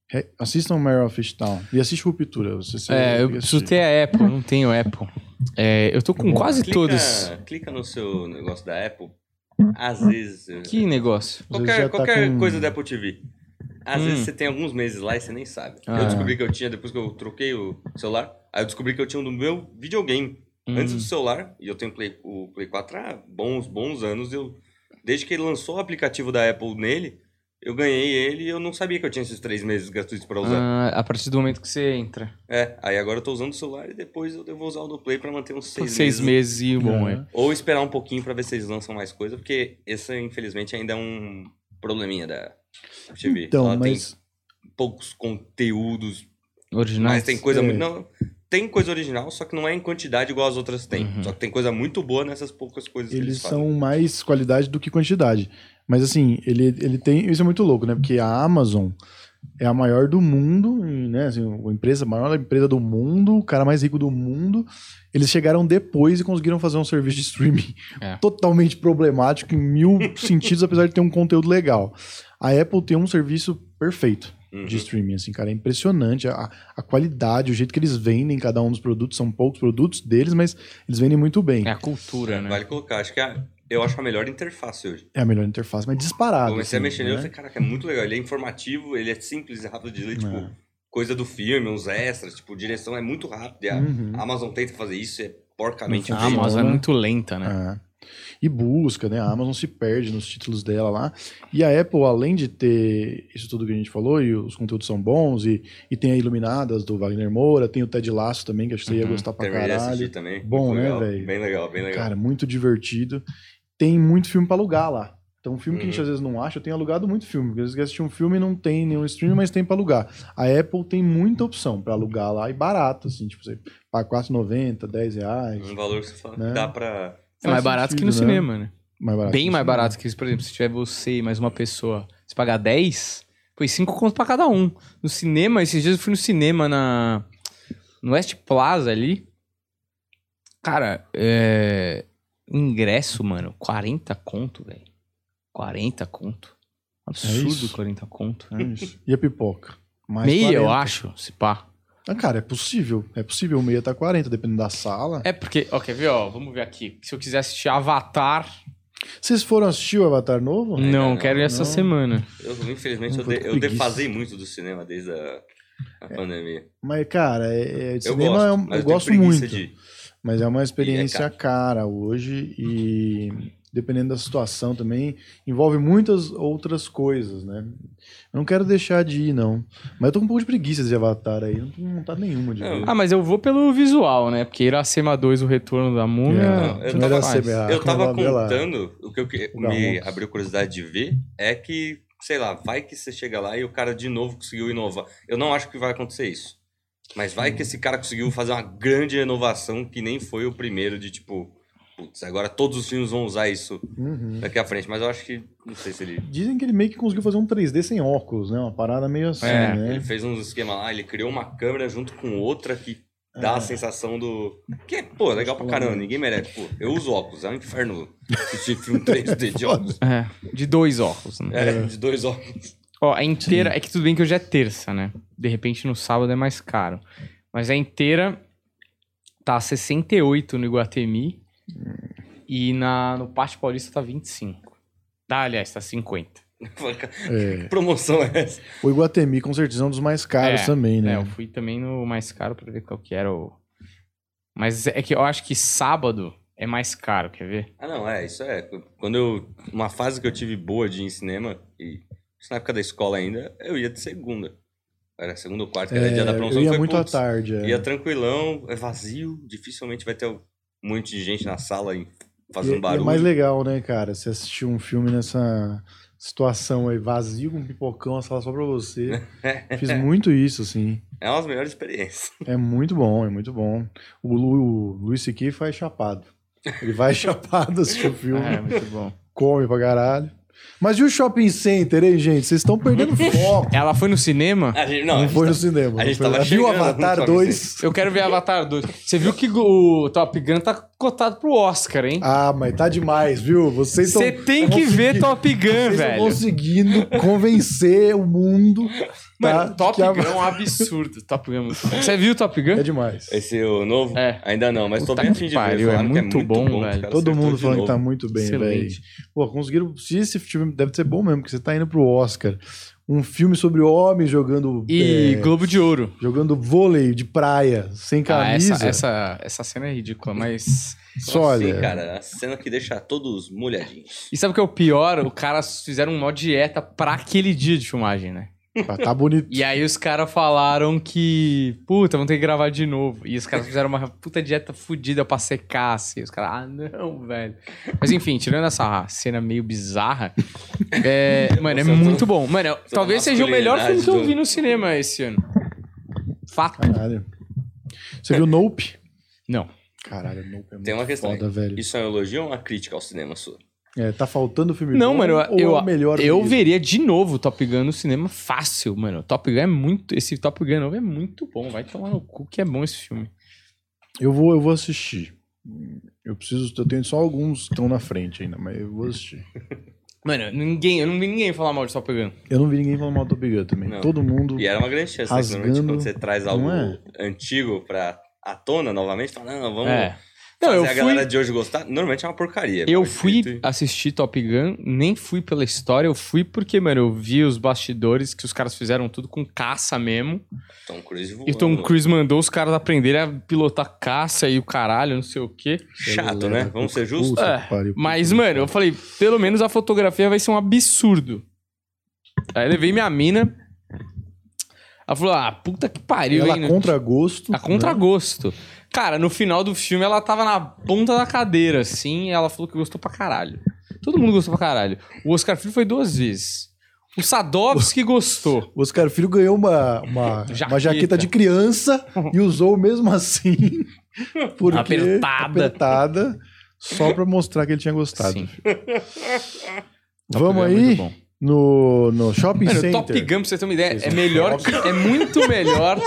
S2: Re- Assistam Mare of Fish Town e assiste Ruptura. Você, você
S1: É, eu preciso ter a Apple, eu não tenho Apple. É, eu tô com quase
S3: assim. Clica-
S1: todas.
S3: Clica no seu negócio da Apple. Às vezes. eu-
S1: Uhum. Que negócio.
S2: Às vezes
S3: Qualquer,
S2: já tá
S3: qualquer
S2: com-
S3: coisa da Apple TV. Às
S1: Hum.
S3: vezes você tem alguns meses lá e você nem sabe.
S1: Ah.
S3: Eu
S2: é.
S3: descobri que eu tinha, depois que eu troquei o celular, aí eu descobri que eu tinha um do meu videogame.
S1: Hum.
S3: Antes do celular, e eu tenho Play- o Play 4 há bons, bons anos, eu, desde que ele lançou o aplicativo da Apple nele, eu ganhei ele e eu não sabia que eu tinha esses três meses gratuitos pra usar.
S1: Ah, a partir do momento que você entra.
S3: É, aí agora eu tô usando o celular e depois eu vou usar o do Play pra manter uns
S1: Seis,
S3: seis,
S1: meses e bom, é.
S3: Ou esperar um pouquinho pra ver se eles lançam mais coisa, porque esse, infelizmente, ainda é um probleminha da TV.
S2: Então,
S3: Ela tem
S2: mas
S3: poucos conteúdos,
S1: Original.
S3: mas tem coisa
S2: é.
S3: muito. Não, tem coisa original, só que não é em quantidade igual as outras têm.
S1: Uhum.
S3: Só que tem coisa muito boa nessas poucas coisas que
S2: eles
S3: eles fazem.
S2: são mais qualidade do que quantidade. Mas assim, ele, ele tem. Isso é muito louco, né? Porque a Amazon é a maior do mundo, né? Assim, a empresa, a maior empresa do mundo, o cara mais rico do mundo. Eles chegaram depois e conseguiram fazer um serviço de streaming
S1: É.
S2: totalmente problemático em mil sentidos, apesar de ter um conteúdo legal. A Apple tem um serviço perfeito
S3: Uhum.
S2: de streaming, assim, cara. É impressionante a, a qualidade, o jeito que eles vendem cada um dos produtos. São poucos produtos deles, mas eles vendem muito bem.
S1: É
S2: É,
S1: a cultura, né?
S3: Vale colocar, acho que é a- eu acho a melhor interface hoje.
S2: É a melhor interface, mas disparado.
S3: Eu comecei a
S2: assim,
S3: mexer nele e
S2: né?
S3: falei, caraca, é muito legal. Ele é informativo, ele é simples e rápido de ler, tipo,
S2: É.
S3: coisa do filme, uns extras, tipo, direção é muito rápida. e A,
S2: Uhum.
S3: a Amazon tenta fazer isso, e é porcamente
S2: Não
S1: A
S3: feio.
S2: funciona.
S1: Amazon é muito lenta, né?
S2: É. E busca, né? A Amazon se perde nos títulos dela lá. E a Apple, além de ter isso tudo que a gente falou, e os conteúdos são bons, e, e tem a Iluminadas do Wagner Moura, tem o Ted Lasso também, que acho que você ia
S1: Uhum.
S2: gostar pra
S3: Terminei de
S2: caralho.
S3: assistir também.
S2: Bom,
S3: muito
S2: né,
S3: legal,
S2: velho?
S3: Bem legal, bem legal.
S2: Cara, muito divertido. Tem muito filme pra alugar lá. Então, filme que a gente
S3: Uhum.
S2: às vezes não acha, eu tenho alugado muito filme. Porque às vezes quer assistir um filme e não tem nenhum streaming, mas tem pra alugar. A Apple tem muita opção pra alugar lá e barato, assim, tipo, você paga R$4,90, R$10,00.
S3: um valor que você fala,
S2: né?
S3: dá pra.
S1: É mais
S2: Faz
S1: barato que no
S2: sentido, né?
S1: cinema, né?
S2: Mais barato.
S1: Bem
S2: que
S1: mais
S2: cinema.
S1: barato que isso. Por exemplo, se tiver você e mais uma pessoa, se pagar 10, foi 5 conto pra cada um. No cinema, esses dias eu fui no cinema na... No West Plaza ali. Cara, é... o Ingresso, mano, 40 conto, velho. 40 conto. Absurdo,
S2: É isso?
S1: 40 conto.
S2: É isso. E a pipoca? Mais
S1: Meia, eu
S2: 40.
S1: acho, se pá.
S2: Ah, cara, é possível. É possível. O meia tá 40, dependendo da sala.
S1: É porque, ó, quer ver, ó, vamos ver aqui. Se eu quiser assistir Avatar...
S2: Vocês foram assistir o Avatar novo?
S1: Não,
S3: não,
S1: quero ir essa
S2: não.
S1: semana.
S3: Eu, infelizmente,
S2: Não,
S3: eu, de,
S2: puta
S3: eu
S2: preguiça.
S3: defasei muito do cinema desde a, a pandemia.
S2: Mas, cara, é, é,
S3: Eu
S2: cinema
S3: gosto,
S2: é um- eu,
S3: mas eu tenho
S2: gosto
S3: preguiça
S2: muito.
S3: de-
S2: Mas é uma experiência
S3: caro.
S2: cara hoje e dependendo da situação também envolve muitas outras coisas, né? Eu não quero deixar de ir não, mas eu tô com um pouco de preguiça de Avatar aí, não tô com vontade nenhuma de
S3: Não,
S2: ver.
S1: Ah, mas eu vou pelo visual, né? Porque Iracema 2, o retorno da múmia.
S2: Yeah.
S1: tanto
S3: É, Eu tava-
S1: faz.
S2: Iracema. Ah,
S3: eu tava
S2: como é lá,
S3: contando, o que, eu que-
S2: Lugar
S3: me
S2: Monks.
S3: abriu curiosidade de ver é que, sei lá, vai que você chega lá e o cara de novo conseguiu inovar. Eu não acho que vai acontecer isso. Mas vai que esse cara conseguiu fazer uma grande inovação que nem foi o primeiro de tipo, putz, agora todos os filmes vão usar isso
S2: Uhum.
S3: daqui à frente, mas eu acho que não sei se ele
S2: Dizem que ele meio que conseguiu fazer um 3D sem óculos, né? Uma parada meio assim,
S1: É,
S2: né?
S3: Ele fez uns esquema lá, ele criou uma câmera junto com outra que dá
S2: É.
S3: a sensação do. Que, é, pô, legal pra caramba, ninguém merece. Pô, eu uso óculos, é um inferno assistir filme
S2: (laughs)
S3: 3D de óculos.
S1: É, de dois óculos, né?
S3: É, de dois óculos.
S1: Ó, a inteira. É que tudo bem que hoje é terça, né? De repente no sábado é mais caro. Mas a inteira tá 68 no Iguatemi e na, no Pátio Paulista tá 25. Tá, aliás, tá 50.
S2: É.
S3: Que promoção é essa?
S2: O Iguatemi, com certeza, é um dos mais caros
S1: É,
S2: também,
S1: É,
S2: né?
S1: eu fui também no mais caro pra ver qual que era o... Mas é que eu acho que sábado é mais caro, quer ver?
S3: Ah, não, é, isso é. Quando eu. Uma fase que eu tive boa de ir em cinema, e isso na época da escola ainda, eu ia de segunda. Era segunda ou quarta, que era
S2: É,
S3: dia da promoção.
S2: eu ia
S3: foi,
S2: muito
S3: putz,
S2: à tarde. é.
S3: Ia tranquilão, é vazio, dificilmente vai ter um monte de gente na sala e
S2: E-
S3: fazendo
S2: e
S3: um barulho.
S2: é mais legal, né, cara? Você assistir um filme nessa situação aí, vazio, com pipocão, a sala só pra
S3: (laughs)
S2: você. Fiz muito isso, assim.
S3: É uma das melhores experiências.
S2: É muito bom, é muito bom. O, Lu, o Luiz C.K. faz chapado. Ele vai (laughs) chapado assistir o
S3: Uhum.
S2: filme,
S1: É, muito bom.
S2: come pra caralho. Mas e o shopping center, hein, gente? Vocês estão
S1: (laughs)
S2: perdendo foco.
S1: Ela foi no cinema?
S3: A gente, não,
S2: Não,
S3: a gente
S2: foi
S3: tá-
S2: no cinema.
S3: a
S2: não
S3: gente
S2: foi
S3: tava
S2: lá. Viu
S3: chegando no
S2: Avatar
S3: shopping
S2: 2?
S1: Eu quero ver Avatar 2. Você viu que o Top Gun tá cotado pro Oscar, hein?
S2: Ah, mas tá demais, viu? Vocês estão
S1: Você tem que ver Top Gun,
S2: Vocês estão
S1: é, velho.
S2: conseguindo convencer o mundo. tá,
S1: Mano,
S2: de
S1: Top
S2: que a-
S1: Gun é um absurdo. Top Gun. é muito bom. Você viu o Top
S2: É
S1: Gun?
S2: demais.
S3: Esse o novo?
S1: É.
S3: Ainda não, mas tô
S1: Puta
S3: bem
S1: que
S3: afim de ver.
S1: pariu, é
S3: falaram que
S1: muito bom,
S3: os
S1: velho.
S3: caras
S2: Todo
S3: acertou
S2: mundo
S3: de
S2: falando que
S3: novo.
S2: tá muito bem, velho.
S1: Excelente.
S2: Pô, conseguiram. Se esse filme deve ser bom mesmo, porque você tá indo pro Oscar. Um filme sobre homens jogando.
S1: E
S2: é,
S1: Globo de Ouro.
S2: jogando vôlei de praia, sem
S1: Ah,
S2: camisa.
S1: essa, essa, essa cena é ridícula, mas.
S2: Só
S3: Assim,
S2: olha. é,
S3: cara, a cena que deixa todos molhadinhos.
S1: E sabe o que é o pior? Os caras fizeram uma dieta pra aquele dia de filmagem, né?
S2: pá, tá bonito.
S1: E aí os caras falaram que. Puta, vamos ter que gravar de novo. E os caras fizeram uma puta dieta fodida pra secar, assim. Os caras, ah, não, velho. Mas enfim, tirando essa cena meio bizarra. (laughs) é, mano, é
S3: Nossa, eu tô-
S1: muito é bom. Mano, eu- talvez seja o melhor filme que eu vi no cinema esse ano. Fato.
S2: Caralho. Você viu Nope?
S1: Não.
S2: Caralho, Nope é muito
S3: Tem uma questão
S2: foda, velho.
S3: Isso é um elogio ou uma crítica ao cinema sua?
S2: É, tá faltando filme
S1: Não,
S2: bom
S1: mano,
S2: ou
S1: eu,
S2: é o melhor
S1: eu
S2: mesmo?
S1: veria de novo o Top Gun no cinema fácil, mano. Top Gun é muito. Esse Top Gun novo é muito bom. Vai tomar no cu que é bom esse filme.
S2: Eu vou, eu vou assistir. Hum, Eu preciso, eu tenho só alguns que estão na frente ainda, mas eu vou assistir.
S1: Mano, ninguém, eu não vi ninguém falar mal de Top Gun.
S2: Eu não vi ninguém falando mal do Top Gun também.
S3: Não.
S2: Todo mundo.
S3: E era uma grande chance, né?
S2: Rasgando,
S3: Normalmente quando você traz algo
S2: não é?
S3: antigo pra à tona novamente, fala, não, vamos
S1: É. Não,
S3: fazer
S1: eu
S3: a
S1: fui,
S3: galera de hoje gostar. Normalmente é uma porcaria.
S1: eu
S3: mal
S1: fui
S3: escrito e-
S1: assistir Top Gun, nem fui pela história, eu fui porque, mano, eu vi os bastidores que os caras fizeram tudo com caça mesmo.
S3: Tom Cruise voando.
S1: E o Tom Cruise mandou os caras aprenderem a pilotar caça e o caralho, não sei o quê.
S3: Chato, né? Vamos ser justos?
S2: Puta
S1: É,
S2: que pariu.
S1: Mas, mano, eu falei, pelo menos a fotografia vai ser um absurdo. Aí eu levei minha mina. Ela falou, ah, puta que pariu,
S2: Ela
S1: hein? né?
S2: contra gosto. né?
S1: A contragosto. Cara, no final do filme ela tava na ponta da cadeira, assim, e ela falou que gostou pra caralho. Todo mundo gostou pra caralho. O Oscar Filho foi duas vezes. O
S3: (laughs)
S1: Sadovski gostou.
S2: O Oscar Filho ganhou
S1: (laughs)
S2: uma, uma,
S1: Jaqueta.
S2: uma jaqueta de criança e usou mesmo assim.
S1: (laughs)
S2: Porque,
S1: Apertada.
S2: apertada, Só pra mostrar que ele tinha
S3: Tá.
S2: gostado.
S1: Sim. Top
S2: Vamos
S1: Gun é muito
S2: aí
S1: bom.
S2: no, no Shopping
S1: Mano,
S2: Center.
S1: Top Gun, pra vocês terem uma ideia,
S2: Vocês
S1: é
S2: não
S1: melhor,
S2: gostam?
S1: que- é muito melhor.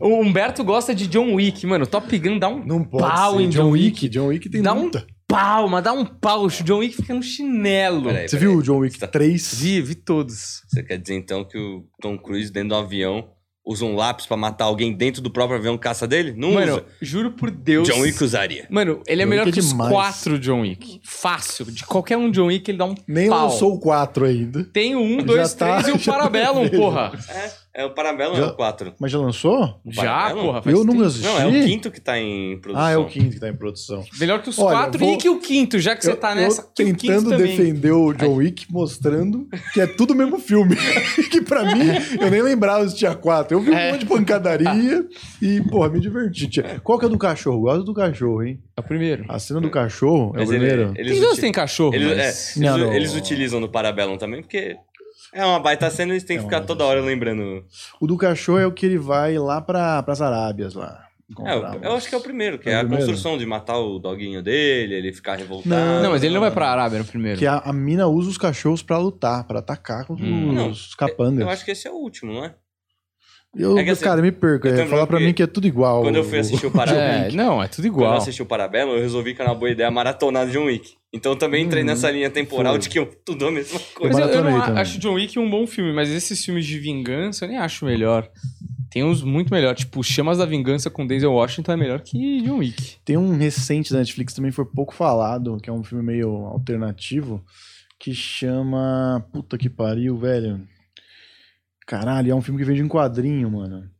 S1: O Humberto gosta de John Wick, mano. Top Gun dá um
S2: Não pode
S1: Pau
S2: ser.
S1: em
S2: John
S1: John
S2: Wick. John Wick tem
S1: Dá um-
S2: luta.
S1: pau, mas dá um pau. O John Wick fica no chinelo.
S3: Peraí,
S2: Você
S3: peraí.
S2: viu o John Wick
S3: Você tá-
S2: 3?
S1: Vi, vi todos.
S3: Você quer dizer então que o Tom Cruise dentro do avião usa um lápis pra matar alguém dentro do próprio avião caça dele? Não
S1: Mano,
S3: usa.
S1: juro por Deus.
S3: John Wick usaria.
S1: Mano, ele é
S2: John
S1: melhor
S2: Wick
S1: que
S2: é
S1: os
S2: demais.
S1: quatro John Wick. Fácil. De qualquer um John Wick, ele dá um
S2: Nem
S1: pau.
S2: lançou o 4 ainda.
S1: Tem o 1,
S2: Já
S1: 2,
S2: tá,
S1: 3 e o
S2: (laughs) já
S1: Parabellum,
S2: vejo.
S1: porra.
S3: É, é o Parabellum é
S2: Já-
S3: o 4.
S2: Mas já lançou?
S1: Já,
S3: Parabellum?
S1: porra. faz
S2: Eu
S1: tempo.
S2: nunca assisti.
S3: Não, é o quinto que tá em produção.
S2: Ah, é o quinto que tá em produção.
S1: Melhor que os
S2: Olha,
S1: quatro
S2: vou-
S1: e que o quinto, já que você
S2: Eu-
S1: tá
S2: eu
S1: nessa. que o quinto
S2: tentando
S1: também.
S2: defender o John Wick, mostrando que é tudo o mesmo filme. (laughs) que pra mim, eu nem lembrava se tinha quatro. Eu vi um
S1: É.
S2: monte de pancadaria e, porra, me diverti. Tinha- Qual que é do cachorro? Gosto do cachorro, hein?
S1: É o primeiro.
S2: A cena do cachorro é o
S3: Mas ele-
S2: primeiro.
S1: Eles
S3: eles
S1: dois
S3: uti-
S1: têm cachorro,
S3: Eles,
S1: mas...
S3: é, eles-
S2: Não, não.
S3: eles utilizam no Parabellum também, porque é uma baita cena e eles têm
S2: É
S3: que
S2: uma
S3: ficar
S2: baita
S3: toda hora lembrando.
S2: O do cachorro é o que ele vai lá pra, pras Arábias lá.
S3: É, eu, eu acho que é o primeiro, que
S2: É
S3: é,
S2: o
S3: a
S2: primeiro?
S3: construção de matar o doguinho dele, ele ficar revoltado.
S1: Não, mas ele não vai pra Arábia no primeiro.
S2: Que é a, a mina usa os cachorros pra lutar, pra atacar contra
S1: Hum.
S3: Não,
S2: os capangas.
S3: Eu acho que esse é o último, não é?
S2: Eu,
S3: É que assim,
S2: cara, me perco.
S3: eu
S2: É,
S3: também
S2: falar pra
S3: porque
S2: mim que é tudo igual.
S3: Quando eu fui assistir o Parabellum,
S1: É, não, é tudo
S3: quando eu
S1: igual.
S3: assisti o Parabellum, eu resolvi que era uma boa ideia maratonar John Wick. Então eu também entrei
S2: Uhum,
S3: nessa linha temporal
S2: foi.
S3: de que eu (laughs) tudo a mesma
S1: Mas
S3: coisa.
S1: eu, eu não
S2: maratonei
S1: a-
S2: também.
S1: acho John Wick um bom filme, mas esses filmes de vingança eu nem acho melhor. Tem uns muito melhor. Tipo, Chamas da Vingança com Denzel Washington é melhor que John Wick.
S2: Tem um recente da Netflix também foi pouco falado, que é um filme meio alternativo, que chama. Puta que pariu, velho. Caralho, é um filme que vende em quadrinho, mano.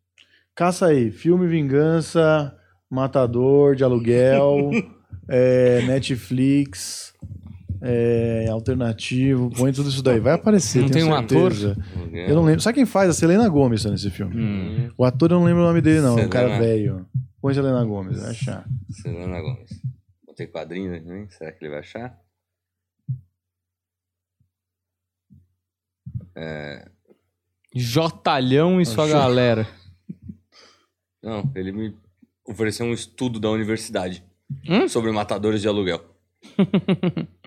S2: Caça aí, filme Vingança, Matador de Aluguel, é, Netflix, é, Alternativo, põe tudo isso daí. Vai aparecer,
S1: Não
S2: tenho
S1: tem um ator?
S2: certeza. Eu não lembro. Sabe quem faz? A Selena Gomes tá nesse filme.
S1: Hum.
S2: O ator eu não lembro o nome dele, não. É um cara
S3: Selena.
S2: velho. Põe Selena Gomes, vai achar.
S3: Selena Gomes. Botei quadrinho aqui, hein? Será que ele vai achar?
S1: Jotalhão e sua
S2: Achou.
S1: galera.
S3: Não, ele me ofereceu um estudo da universidade
S1: Hum?
S3: sobre matadores
S2: (laughs)
S3: de aluguel.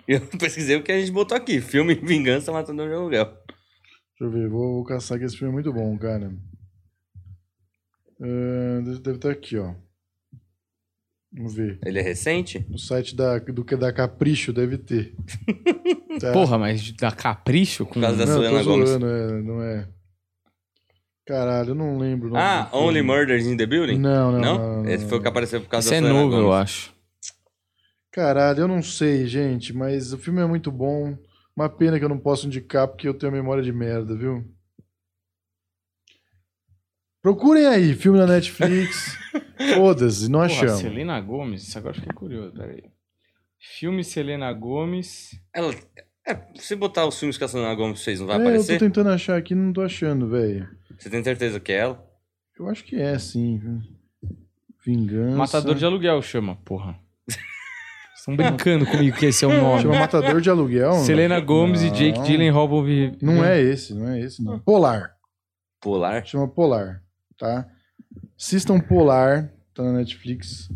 S3: E eu pesquisei o que a gente botou aqui: filme (laughs) Vingança Matador de Aluguel.
S2: Deixa eu ver, vou, vou caçar que esse filme é muito bom, cara. Ah, deve- deve estar aqui, ó. Vamos ver.
S3: Ele é recente?
S2: O site da, do, que- da Capricho deve ter. Tá.
S1: Porra, tá mas dá capricho com.
S3: Por causa da
S2: não, eu
S3: Selena
S2: tô
S3: Gomes.
S2: zoando, é, não é. Caralho, eu não lembro. o nome
S3: Ah,
S2: do filme.
S3: Only Murders in the Building?
S2: Não, não,
S3: Não?
S2: não. não,
S3: Esse foi o que
S2: não.
S3: apareceu por causa
S1: Isso é
S3: da Selena
S1: novo, eu
S3: Gomez.
S1: acho.
S2: Caralho, eu não sei, gente, mas o filme é muito bom. Uma pena que eu não posso indicar porque eu tenho a memória de merda, viu? Procurem aí, filme na Netflix. Foda-se, não
S1: Porra,
S2: achamos.
S1: Selena Gomes? Isso agora eu fiquei curioso, peraí. Filme Selena Gomes.
S3: Ela, é, se botar os filmes que a Selena Gomes fez, não vai
S2: É,
S3: aparecer?
S2: Eu tô tentando achar aqui, não tô achando, velho.
S3: Você tem certeza que é ela?
S2: Eu acho que é, sim. Vingança.
S1: Matador de aluguel chama, porra. (laughs) Estão brincando comigo que esse é o nome.
S2: Chama Matador de Aluguel?
S1: Selena Gomes e Jake
S2: Não.
S1: Gyllenhaal vão viver.
S2: Não é esse, não é esse, não. Polar.
S3: Polar?
S2: Chama Polar, tá? Assistam Polar, tá na Netflix.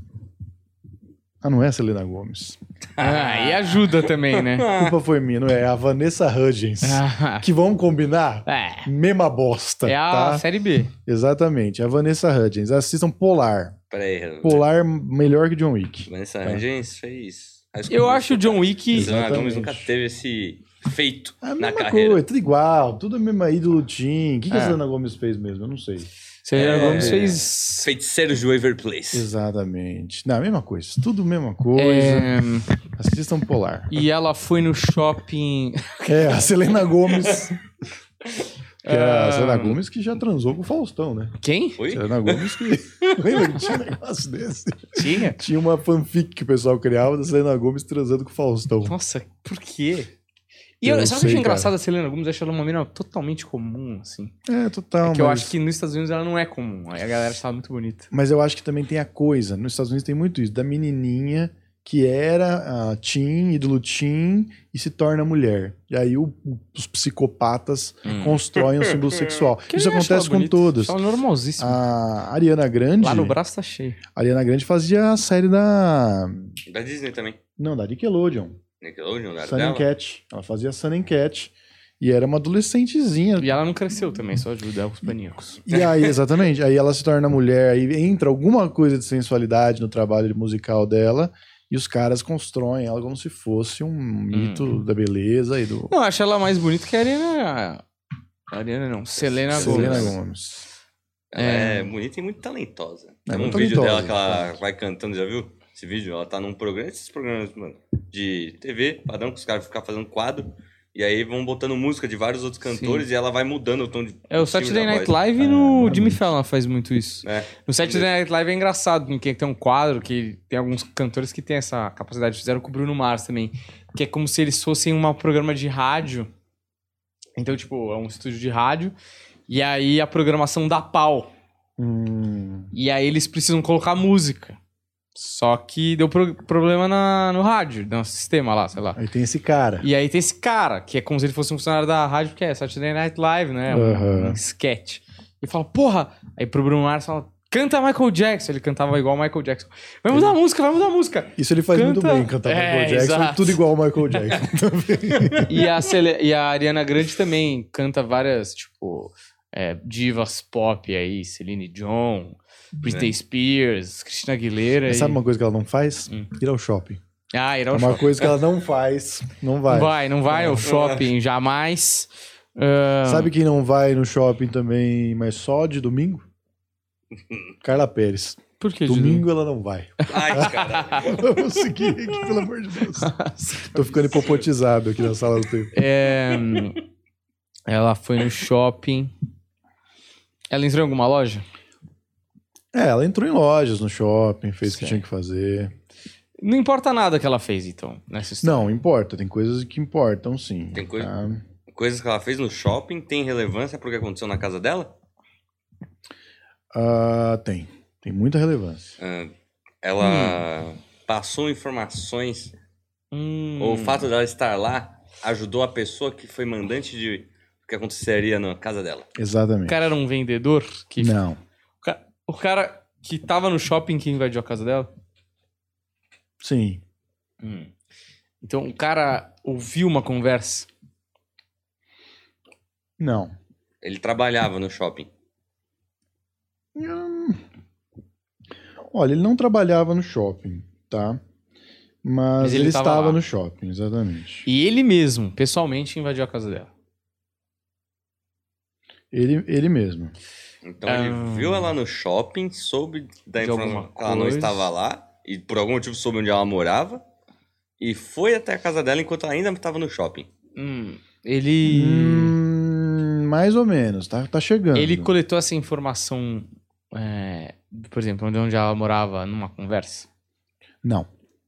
S2: Ah, não é Selena Gomes.
S1: Ah, e ajuda também, né?
S2: A culpa foi minha, não é? É a Vanessa Hudgens.
S1: Ah,
S2: Que vão combinar?
S1: (laughs) é.
S2: Mesma bosta,
S1: É a
S2: tá?
S1: série B.
S2: Exatamente, a Vanessa Hudgens. Assistam Polar.
S3: Pera aí.
S2: Polar melhor que John Wick.
S3: Vanessa é Hudgens fez. High School
S1: Eu acho o John Wick.
S3: Selena Gomez
S2: Exatamente.
S3: nunca teve esse feito
S2: A
S3: na
S2: mesma
S3: carreira.
S2: coisa, tudo igual, tudo a mesma ídolo Tim. O que, que
S1: É.
S2: a Selena Gomes fez mesmo? Eu não sei.
S1: Selena
S3: É.
S1: Gomes fez.
S3: Feiticeiros de Waverly Place.
S2: Exatamente. Não, a mesma coisa, tudo a mesma coisa.
S1: É,
S2: Assistam Polar.
S1: e ela foi no shopping.
S2: É, a Selena Gomes. que é
S1: Ah.
S2: a Selena Gomes que já transou com o Faustão, né?
S1: Quem?
S3: Oi?
S2: Selena
S1: (laughs)
S2: Gomes que. Lembra que tinha um negócio desse?
S1: Tinha?
S2: Tinha uma fanfic que o pessoal criava da Selena Gomes transando com o Faustão.
S1: Nossa, por quê? E
S2: Eu
S1: eu,
S2: não
S1: sabe o que eu
S2: sei,
S1: achei engraçado a Selena Gomes? Eu achei ela uma mina totalmente comum, assim.
S2: É, total.
S1: é que eu
S2: mas-
S1: acho que nos Estados Unidos ela não é comum. Aí a galera achava muito bonita.
S2: Mas eu acho que também tem a coisa. Nos Estados Unidos tem muito isso, da menininha que era a teen, ídolo teen, e se torna mulher. E aí o- o- os psicopatas constroem o símbolo sexual.
S1: (laughs) Que é
S2: isso
S1: Hum. eu nem acho ela
S2: acontece com
S1: bonita.
S2: todos.
S1: Acho Ela normalzíssima.
S2: A Ariana Grande.
S1: Lá no braço tá cheio.
S2: A Ariana Grande fazia a série da.
S3: Da Disney também.
S2: Não, da Nickelodeon.
S3: Nickelodeon, da
S2: Sun and
S3: dela.
S2: Cat. Ela fazia Sun and Cat. E era uma adolescentezinha.
S1: E ela não cresceu também, só ajuda os paníacos.
S2: E
S1: (laughs)
S2: aí, exatamente. Aí ela se torna mulher. Aí entra alguma coisa de sensualidade no trabalho musical dela. E os caras constroem ela como se fosse um mito
S1: Hum.
S2: da beleza e do.
S1: Não, eu acho ela mais bonita que a Ariana. A Ariana não, Selena,
S2: Selena
S1: Gomes.
S2: Gomes.
S3: Ela
S1: É.
S3: é... bonita e muito talentosa.
S2: É,
S3: Tem um
S2: muito
S3: vídeo dela
S2: talentosa,
S3: que ela
S2: talentosa.
S3: vai cantando, já viu? Esse vídeo, ela tá num programa, esses programas, mano, de TV, padrão, que os caras ficam fazendo quadro. E aí vão botando música de vários outros cantores e ela vai mudando o tom de.
S1: É o
S3: de cima
S1: Saturday
S3: da
S1: Night
S3: voz.
S1: Live no Jimmy Fallon faz muito isso.
S3: É.
S1: No Saturday Night Live é engraçado, porque tem um quadro que tem alguns cantores que têm essa capacidade. Fizeram com o Bruno Mars também. Que é como se eles fossem um programa de rádio. Então, tipo, é um estúdio de rádio. E aí a programação dá pau.
S2: Hum,
S1: E aí eles precisam colocar música. Só que deu pro- problema na- no rádio, no sistema lá, sei lá.
S2: aí tem esse cara.
S1: E aí tem esse cara, que é como se ele fosse um funcionário da rádio, porque é Saturday Night Live, né? Um,
S2: Aham.
S1: um sketch. E fala, porra! Aí pro Bruno Mars fala, canta Michael Jackson. Ele cantava igual Michael Jackson. Vai mudar a música, vai mudar a música.
S2: Isso ele faz muito
S1: Canta-
S2: bem, cantar
S1: É,
S2: Michael Jackson.
S1: exato.
S2: Tudo igual ao
S1: (laughs)
S2: Michael Jackson.
S1: E
S2: (laughs)
S1: a, Cele- e a Ariana Grande também canta várias, tipo, é, divas pop aí, Celine Dion, Britney Spears, Christina Aguilera. E...
S2: Sabe uma coisa que ela não faz?
S1: É Hum.
S2: Ir ao shopping.
S1: Ah, ir
S2: É
S1: ao
S2: uma coisa que ela não faz, não vai. É.
S1: Não vai, não vai ao shopping, jamais. Ah,
S2: Sabe quem não vai no shopping também, mas só de domingo? Carla Pérez.
S1: Por que,
S2: Domingo ela não vai.
S3: Ai, caralho.
S2: Vamos seguir aqui, pelo amor de Deus. Tô ficando hipopotizado aqui na sala do tempo.
S1: É, hum, ela foi no shopping. Ela entrou em alguma loja?
S2: É, ela entrou em lojas, no shopping, fez o que
S1: Sei.
S2: tinha que fazer.
S1: Não importa nada que ela fez, então, nessa história.
S2: Não, importa, tem coisas que importam, sim.
S3: Tem coisa-
S2: Ah,
S3: Coisas que ela fez no shopping tem relevância pro que aconteceu na casa dela?
S2: ah, tem. Tem muita relevância.
S3: Ela passou informações,
S1: Hum,
S3: ou o fato dela estar lá ajudou a pessoa que foi mandante de o que aconteceria na casa dela.
S1: O
S2: Exatamente.
S1: cara era um vendedor? Que...
S2: Não.
S1: O, ca- o cara que tava no shopping que invadiu a casa dela?
S2: Sim.
S1: Então, o cara ouviu uma conversa.
S2: Não.
S3: Ele trabalhava no shopping.
S2: Hum. Olha, ele não trabalhava no shopping, tá? Mas,
S1: Mas ele
S2: ele,
S1: tava
S2: estava
S1: lá.
S2: no shopping, exatamente.
S1: E ele mesmo, pessoalmente, invadiu a casa dela.
S2: Ele, ele mesmo.
S3: Então
S1: Ah.
S3: ele viu ela no shopping, soube da
S1: De
S3: informação
S1: alguma
S3: que ela não
S1: coisa.
S3: estava lá, e por algum motivo soube onde ela morava, e foi até a casa dela enquanto ela ainda estava no shopping.
S1: Hum, ele.
S2: Hum, mais ou menos, tá, tá chegando.
S1: Ele coletou essa informação, é, por exemplo, onde- onde ela morava, numa conversa,
S2: Não.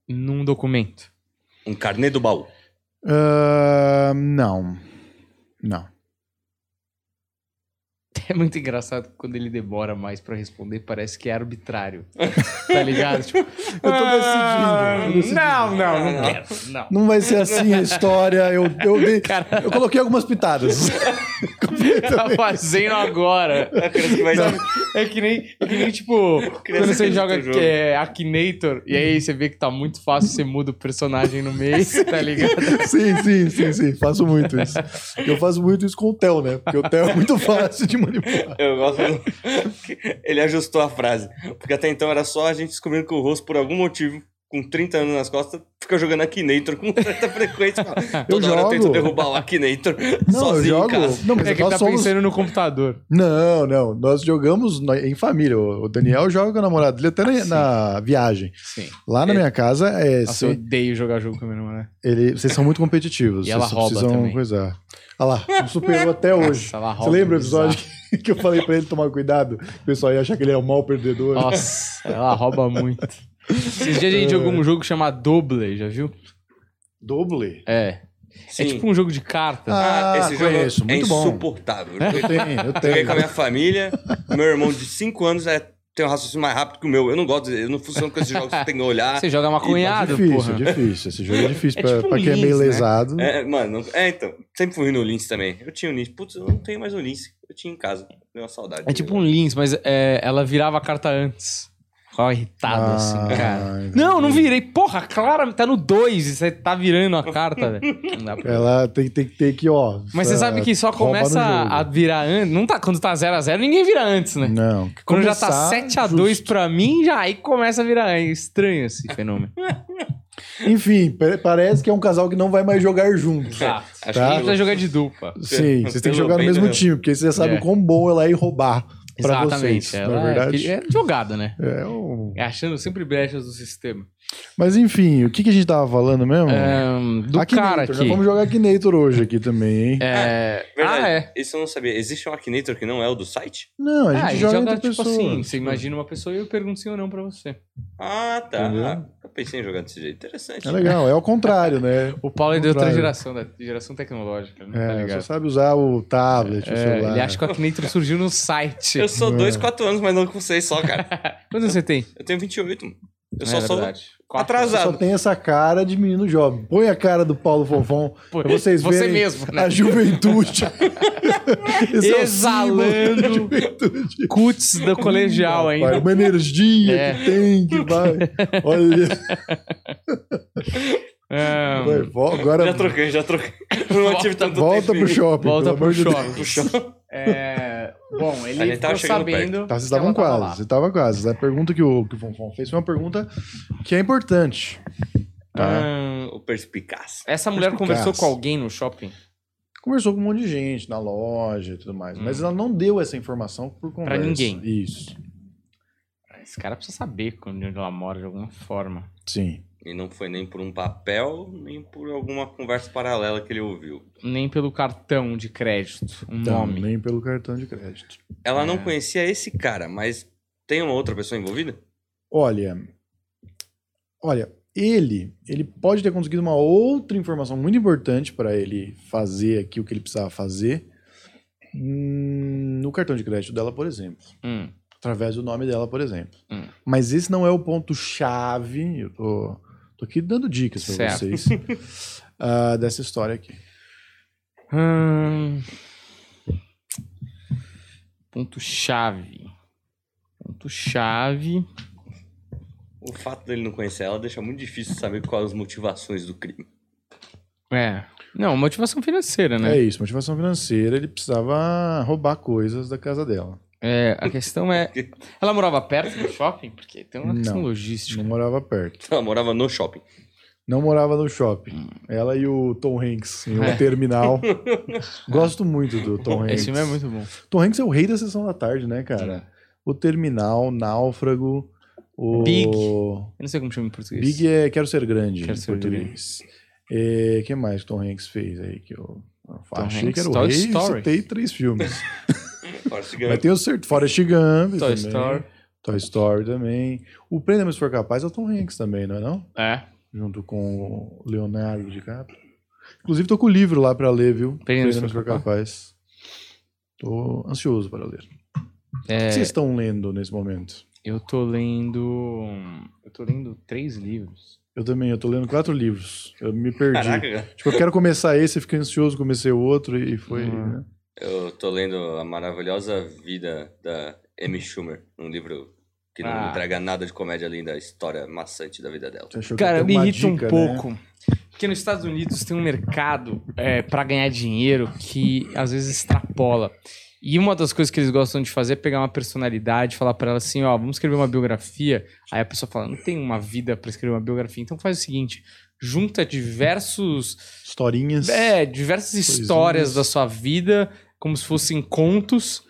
S1: num documento. (laughs)
S3: Um carnê do baú.
S2: Ah, não. Não.
S1: É muito engraçado que quando ele demora mais pra responder, parece que é (laughs) arbitrário. tá ligado? Tipo, eu
S2: tô decidindo, eu tô decidindo.
S1: Não, não, não quero. Não.
S2: Não vai ser assim a história. Eu, eu,
S1: (laughs)
S2: dei-
S1: Cara.
S2: eu coloquei algumas pitadas. (laughs)
S1: Tá fazendo agora.
S3: Parece (laughs) que vai dar-
S1: É que nem, é que nem tipo, quando você
S3: acredita
S1: joga
S3: no jogo.
S1: é, Akinator e aí você vê que tá muito fácil, você muda o personagem no meio,
S2: (laughs)
S1: tá ligado?
S2: sim, sim, sim, sim. Faço muito isso. Eu faço muito isso com o Theo, né? Porque o Theo é muito fácil de manipular.
S3: Eu gosto. do- (laughs) Ele ajustou a frase. Porque até então era só a gente descobrindo que o rosto, por algum motivo, com 30 anos nas costas, fica jogando Akinator com certa
S2: (laughs)
S3: frequência. Fala, Toda hora eu tento
S2: jogo.
S3: derrubar o Akinator
S2: (laughs) Não, eu
S3: sozinho em
S2: jogo.
S3: casa.
S2: Não, mas
S1: É que ele
S2: nós
S1: tá
S2: somos-
S1: pensando no computador.
S2: Não, não. Nós jogamos na- em família. O o Daniel joga com o namorado dele até na,
S1: Uhum. Ah, Sim.
S2: na viagem.
S1: Sim.
S2: Lá na minha casa, é,
S1: Nossa,
S2: se-
S1: eu odeio jogar jogo com a minha irmã, né?
S2: ele- vocês são muito competitivos.
S1: (laughs) E ela
S2: vocês
S1: rouba
S2: precisam
S1: também.
S2: coisar. Olha lá, não superou até hoje.
S1: Nossa, ela
S2: Você
S1: rouba
S2: lembra o
S1: bizarro.
S2: episódio que, que eu falei pra ele tomar cuidado? O pessoal ia achar que ele é um mau perdedor.
S1: Nossa, ela rouba muito. Esses dias a
S2: É.
S1: gente jogou um jogo chamado Double, já viu?
S2: Doble?
S1: É.
S3: Sim.
S1: É tipo um jogo de cartas.
S2: Ah, conheço,
S3: é
S2: muito bom. É.
S3: insuportável.
S1: É?
S2: Eu tenho, eu
S3: Eu Joguei com a
S2: tenho.
S3: minha família, meu irmão de 5 anos é, tem um raciocínio mais rápido que o meu. Eu não gosto, de- eu não funciono com esses jogos que você tem que olhar.
S1: Você joga maconhado,
S2: Ah, É difícil,
S1: porra.
S2: difícil. Esse jogo é difícil
S1: É
S2: pra,
S1: tipo um
S2: pra quem é meio
S1: Lins, né?
S2: lesado.
S3: É, mano, é então. Sempre fui no Lince também. Eu tinha o Lince. Putz, eu não tenho mais o Lince. Eu tinha em casa. Deu uma saudade.
S1: É tipo um Lins, mas é, ela virava a carta antes. Ó, irritado
S2: Ah,
S1: assim, cara.
S2: entendi.
S1: Não, não virei. Porra, Clara, tá no 2 e você tá virando a carta, velho. Não dá pra-
S2: Ela tem, tem que ter que, ó.
S1: Mas você
S2: sa-
S1: sabe que só
S2: É, rouba no
S1: começa
S2: jogo.
S1: a virar antes. Não tá, quando tá 0x0, ninguém vira antes, né?
S2: Não.
S1: Quando já tá
S2: começar,
S1: 7x2 pra mim, já aí começa a virar. É estranho
S2: (laughs)
S1: esse fenômeno.
S2: Enfim, pa- parece que é um casal que não vai mais jogar junto.
S1: Tá.
S3: Acho
S2: Tá.
S1: A gente
S3: que
S1: vai jogar de dupla.
S2: Sim, vocês têm que
S3: Pelo
S2: jogar no
S3: bem
S2: mesmo
S3: do-
S2: time, porque você já sabe
S1: É.
S2: o quão bom ela é em roubar pra
S1: Exatamente.
S2: vocês.
S1: ela
S2: na
S1: é-
S2: verdade.
S1: é, jogada, né?
S2: É um-
S1: É achando sempre brechas do sistema.
S2: Mas enfim, o que, que a gente tava falando mesmo? Hum.
S1: Ahn, É, do cara
S2: Akinator, né?
S1: aqui.
S2: Vamos jogar Akinator hoje aqui também, hein?
S1: É...
S3: Verdade.
S1: Ah, é.
S3: Isso eu não sabia. Existe um Akinator que não é o do site?
S2: Não, a gente
S1: Ah,
S2: joga, entre
S1: tipo
S2: pessoas.
S1: assim, você imagina uma pessoa e eu pergunto sim ou não pra você.
S3: Ah, tá.
S2: Entendeu?
S3: Eu pensei em jogar desse jeito. Interessante.
S2: É legal, é o contrário, né?
S1: O Paulo é de outra
S2: Contrário.
S1: geração, da geração tecnológica, né? (laughs) tá
S2: É,
S1: ligado?
S2: você sabe usar o tablet, o
S1: É,
S2: celular.
S1: ele acha que o Akinator surgiu no site.
S3: Eu sou
S2: É.
S3: dois, quatro anos mais novo que vocês só, cara.
S1: Quantos anos você tem?
S3: Eu tenho 28, mano. Eu
S1: É,
S3: só
S1: na
S3: sou
S1: verdade. é
S2: Você
S3: atrasado.
S2: só tem essa cara de menino jovem. Põe a cara do Paulo Fofão
S1: Pô,
S2: pra vocês
S1: você
S2: verem
S1: mesmo, né?
S2: a
S1: (laughs)
S2: juventude. Esse é o símbolo da
S1: Exalando.
S2: juventude.
S1: Cuts do colegial
S2: Rapaz,
S1: ainda.
S2: Uma energia
S1: É.
S2: que tem, que vai. Olha,
S1: Ahn,
S2: vai, vo- agora
S3: Já troquei, já troquei. (laughs) Eu Não tive tanto
S2: volta
S3: tempo.
S2: pro shopping.
S1: volta
S2: pelo amor
S1: pro
S2: de Deus.
S1: shopping. É, bom,
S3: A
S1: ele
S3: gente tava
S1: ficou
S3: chegando
S1: sabendo.
S2: Tá, vocês
S1: que ela tava
S2: estavam quase,
S1: lá.
S2: você tava quase. A pergunta que o, que o Fonfon fez foi uma pergunta que é importante. Tá?
S1: Ahn,
S3: O perspicaz.
S1: É. essa mulher
S2: Perspicaz.
S1: conversou com alguém no shopping
S2: Conversou com um monte de gente na loja e tudo mais,
S1: Hum.
S2: mas ela não deu essa informação por conversa.
S1: ninguém.
S2: Isso.
S1: esse cara precisa saber onde ela mora de alguma forma.
S2: Sim.
S3: E não foi nem por um papel, nem por alguma conversa paralela que ele ouviu.
S1: Nem pelo cartão de crédito, um nome.
S2: Também pelo cartão de crédito.
S3: Ela
S1: É.
S3: não conhecia esse cara, mas tem uma outra pessoa envolvida?
S2: Olha, olha, ele, ele pode ter conseguido uma outra informação muito importante para ele fazer aqui o que ele precisava fazer hum, no cartão de crédito dela, por exemplo,
S1: Hum,
S2: através do nome dela, por exemplo.
S1: Hum.
S2: Mas esse não é o ponto chave. Eu tô, tô aqui dando dicas para
S1: Certo.
S2: vocês
S1: (laughs)
S2: ah, dessa história aqui.
S1: Hum. Ponto chave. Ponto chave.
S3: O fato dele não conhecer ela deixa muito difícil saber quais as motivações do crime. (laughs)
S1: É. Não, motivação financeira, né?
S2: É isso, motivação financeira. Ele precisava roubar coisas da casa dela.
S1: É, a questão é. Ela morava perto do shopping? Porque tem uma questão
S2: Não.
S1: logística.
S2: Não morava perto.
S3: Ela morava no shopping.
S2: Não morava no shopping. Ela e o Tom Hanks em um
S1: Hum. É. (laughs)
S2: terminal. Gosto muito do Tom Hanks.
S1: Esse filme é muito É. bom.
S2: Tom Hanks é o rei da sessão da tarde, né, cara? O terminal, náufrago, o
S1: Big. Eu não sei como chama em português.
S2: Big é quero ser grande
S1: Quero
S2: em
S1: Ser
S2: português. O que mais que o Tom Hanks fez aí que eu
S1: Tom
S2: achei
S1: Hanks,
S2: que era o
S1: Toy
S2: rei e
S1: Story.
S2: citei três
S1: (laughs)
S2: filmes.
S3: Forrest Gump.
S2: Mas tem o certo Forrest Gump
S1: Toy
S2: também.
S1: Story.
S2: Toy Story também. O Prenda-me se for capaz é o Tom Hanks também, não é não?
S1: É.
S2: junto com o Leonardo DiCaprio. Inclusive, tô com o livro lá para ler, viu?
S1: Perinhas
S2: Perinhas
S1: pra
S2: pra capaz. Tô ansioso para ler. O
S1: É,
S2: que vocês estão lendo nesse momento?
S1: Eu tô lendo. Eu tô lendo três livros.
S2: Eu também, eu tô lendo quatro livros. Eu me perdi.
S3: Caraca, cara.
S2: Tipo, eu quero começar esse, eu fiquei ansioso, comecei o outro e foi.
S1: Uhum.
S2: né?
S3: eu tô lendo A Maravilhosa Vida da Amy Schumer, um livro que não
S1: Ah.
S3: entrega nada de comédia além da história maçante da vida dela.
S2: Você achou que ia
S1: Cara,
S2: ter
S1: me
S2: uma
S1: irrita um
S2: dica, né?
S1: pouco. Porque nos Estados Unidos tem um mercado é, para ganhar dinheiro que às vezes extrapola. E uma das coisas que eles gostam de fazer é pegar uma personalidade, falar pra ela assim, ó, vamos escrever uma biografia. Aí a pessoa fala, não tem uma vida pra escrever uma biografia. Então faz o seguinte, junta diversos
S2: Historinhas.
S1: É, diversas histórias
S2: Coisinhas.
S1: da sua vida, como se fossem contos,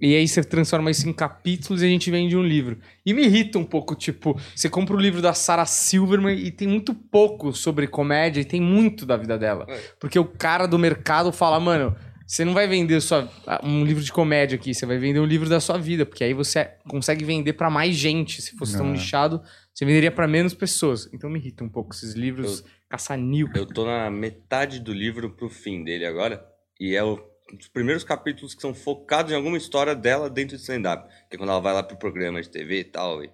S1: e aí você transforma isso em capítulos e a gente vende um livro. E me irrita um pouco, tipo, você compra o livro da Sarah Silverman e tem muito pouco sobre comédia e tem muito da vida dela.
S3: É.
S1: Porque o cara do mercado fala, mano. Você não vai vender sua, um livro de comédia aqui, você vai vender um livro da sua vida, porque aí você consegue vender pra mais gente. Se fosse tão
S2: É.
S1: lixado, você venderia pra menos pessoas. Então me irrita um pouco esses livros caça-níquel.
S3: Eu tô na metade do livro pro fim dele agora. E é o- um dos primeiros capítulos que são focados em alguma história dela dentro de stand-up. Que é quando ela vai lá pro programa de TV e tal, e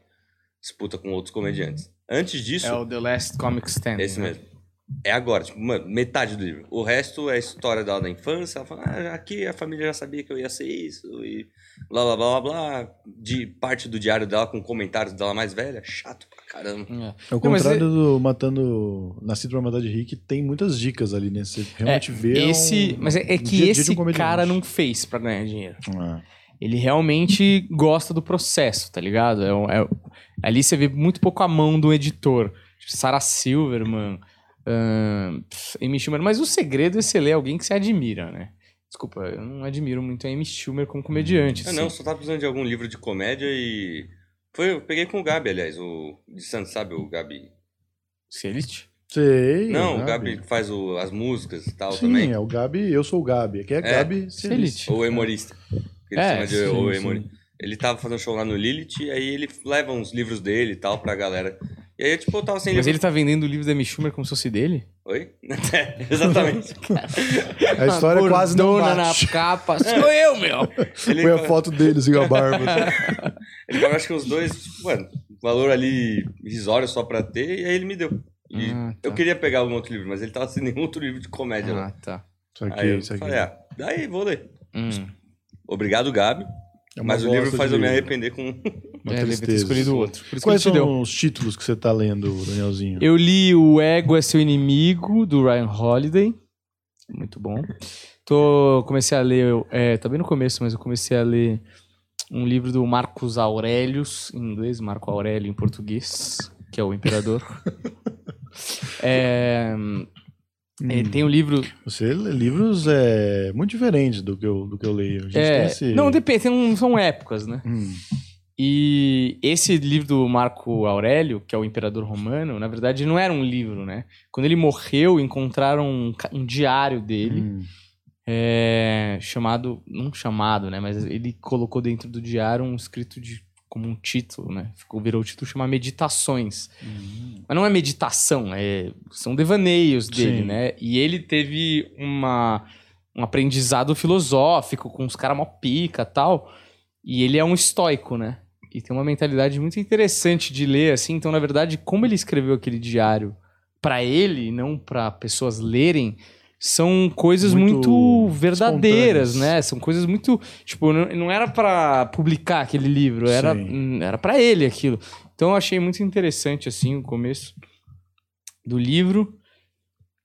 S3: disputa com outros comediantes. Antes disso,
S1: É o The Last Comic Stand.
S3: é esse
S1: né?
S3: mesmo. É agora, tipo, mano, metade do livro. O resto é a história dela da infância. Ela fala, ah, aqui a família já sabia que eu ia ser isso, e blá blá blá blá blá. De parte do diário dela com comentários dela mais velha. Chato pra caramba.
S1: É.
S2: É o
S1: Não, mas
S2: contrário do Matando. Nascido pra Matar de Rick, tem muitas dicas ali, né? Você realmente vê. um-
S1: É, Esse, mas é, é
S2: um
S1: que
S2: dia a dia de um
S1: esse
S2: comediante.
S1: cara não fez pra ganhar dinheiro.
S2: Ah,
S1: Ele realmente gosta do processo, tá ligado? É, um- é- ali você vê muito pouco a mão do editor. Tipo, Sarah Silverman, ahn, pff, Amy Schumer. Mas o segredo é você ler alguém que você admira, né? Desculpa, eu não admiro muito a Amy Schumer como comediante.
S3: Eu
S1: assim.
S3: Ah, não, só tava precisando de algum livro de comédia e. Foi, eu peguei com o Gabi, aliás, o de Santos, sabe o Gabi?
S1: Se ele te-
S2: Sei. né,
S3: Não, o Gabi que faz o- as músicas e tal
S2: Sim,
S3: também.
S2: é o Gabi, eu sou o Gabi. Aqui é, Gabi
S1: Celit.
S2: Celit.
S3: O humorista. Que ele
S1: É,
S3: chama de
S2: sim,
S3: o
S2: sim.
S3: Emori. Ele tava fazendo show lá no Lilith, aí ele leva uns livros dele e tal pra galera. E aí, tipo, eu tava sem
S1: Mas
S3: livro.
S1: ele tá vendendo o livro da Amy Schumer como se fosse dele?
S2: tá-
S3: Oi?
S2: (laughs)
S3: (laughs) É, Exatamente.
S2: A história é
S1: Uma
S2: quase não
S1: gordona (laughs)
S2: bate.
S1: na
S3: É.
S1: capa. Sou eu, meu!
S3: Ele,
S2: Põe a foto deles igual a
S3: (laughs)
S2: barba.
S3: ele tava, acho que os dois, tipo, mano, valor ali risório só pra ter, e aí ele me deu. E
S1: Ah, tá.
S3: Eu queria pegar algum outro livro, mas ele tava sem (laughs) nenhum outro livro de comédia lá.
S1: Ah, tá.
S2: Isso aqui,
S3: Aí eu
S2: isso aqui.
S3: falei, ah, daí vou ler.
S1: Hum.
S3: Obrigado, Gabi.
S2: É uma
S3: mas o
S2: bosta
S3: livro
S2: de
S3: faz eu me
S2: livro.
S3: arrepender com. (laughs)
S2: Uma
S1: é, deve ter
S2: tristeza.
S1: escolhido outro. Por isso
S2: Quais
S1: que
S2: são
S1: ele te deu.
S2: os títulos que você tá lendo, Danielzinho?
S1: Eu li O Ego é Seu Inimigo, do Ryan Holiday. Muito bom. Tô, comecei a ler, eu- é, tá bem no começo, mas eu comecei a ler um livro do Marcos Aurelius, em inglês, Marco Aurélio em português, que é o
S2: (laughs)
S1: imperador. É,
S2: Hum,
S1: ele tem um livro...
S2: Você lê livros é muito diferente do que eu, do que eu leio. A gente
S1: é,
S2: tem esse...
S1: Não, depende, tem um- são épocas, né?
S2: Hum,
S1: E esse livro do Marco Aurélio, que é o imperador romano, na verdade não era um livro, né? Quando ele morreu, encontraram um, ca- um diário dele
S2: Hum.
S1: é, chamado, não chamado, né? Mas ele colocou dentro do diário um escrito de como um título, né? Ficou virou o título chama Meditações.
S2: hum.
S1: Mas não é meditação, é, são devaneios dele,
S2: Sim.
S1: né? E ele teve uma, um aprendizado filosófico com os caras mó pica tal. E ele é um estoico, né? E tem uma mentalidade muito interessante de ler, assim. Então, na verdade, como ele escreveu aquele diário pra ele, não pra pessoas lerem, são coisas
S2: Muito
S1: muito, verdadeiras,
S2: espontâneas.
S1: né? São coisas muito. Tipo, não, não era pra publicar aquele livro, era,
S2: Sim.
S1: hum, era para ele aquilo. Então eu achei muito interessante, assim, o começo do livro.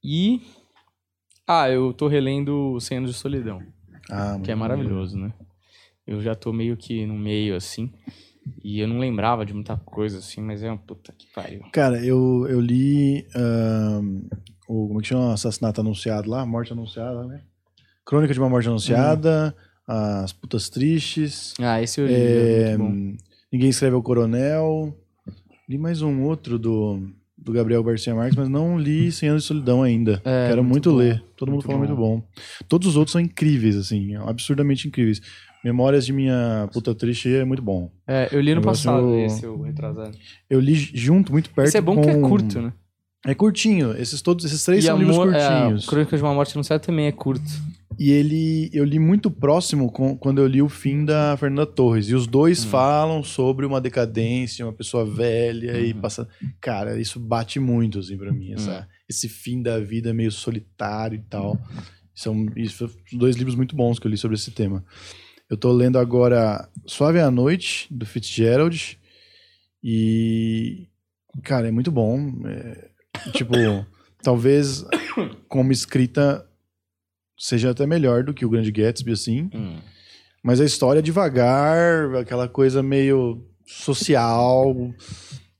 S1: E. Ah, eu tô relendo Cem Anos de Solidão,
S2: Ah,
S1: que é
S2: muito
S1: maravilhoso, né? Eu já tô meio que no meio, assim. E eu não lembrava de muita coisa, assim, mas é uma puta que pariu.
S2: bom. Cara, eu, eu li. ahn, o, como é que chama? Assassinato Anunciado lá? Morte Anunciada, né? Crônica de uma Morte Anunciada. As Putas Tristes.
S1: Ah, esse Uhum. eu li, é...
S2: É,
S1: muito bom.
S2: Ninguém escreve o Coronel. Li mais um outro do, do Gabriel Garcia Marques, mas não li Cem Anos de Solidão ainda.
S1: É,
S2: Quero
S1: muito
S2: muito,
S1: bom.
S2: ler. Todo mundo
S1: Muito
S2: fala
S1: bom.
S2: muito bom. Todos os outros são incríveis, assim, absurdamente incríveis. Memórias de minha puta triste é muito bom.
S1: É, eu li no
S2: eu gosto-
S1: passado esse, o retrasado.
S2: Eu li junto, muito perto.
S1: Esse é bom que é
S2: com-
S1: curto, né?
S2: É curtinho. Esses todos, esses três são livros curtinhos.
S1: É, Crônicas de uma Morte Anunciada também é curto.
S2: E ele, eu li muito próximo com- quando eu li o fim da Fernanda Torres. E os dois
S1: Hum.
S2: falam sobre uma decadência, uma pessoa velha e
S1: Uhum. Hum.
S2: passa. Cara, isso bate muito assim pra mim, essa- esse fim da vida meio solitário e tal. São isso, são dois livros muito bons que eu li sobre esse tema. Eu tô lendo agora Suave à Noite, do Fitzgerald. E. Cara, é muito bom. É, tipo, talvez como escrita seja até melhor do que o Grande Gatsby, assim.
S1: Hum.
S2: Mas a história é devagar, aquela coisa meio social.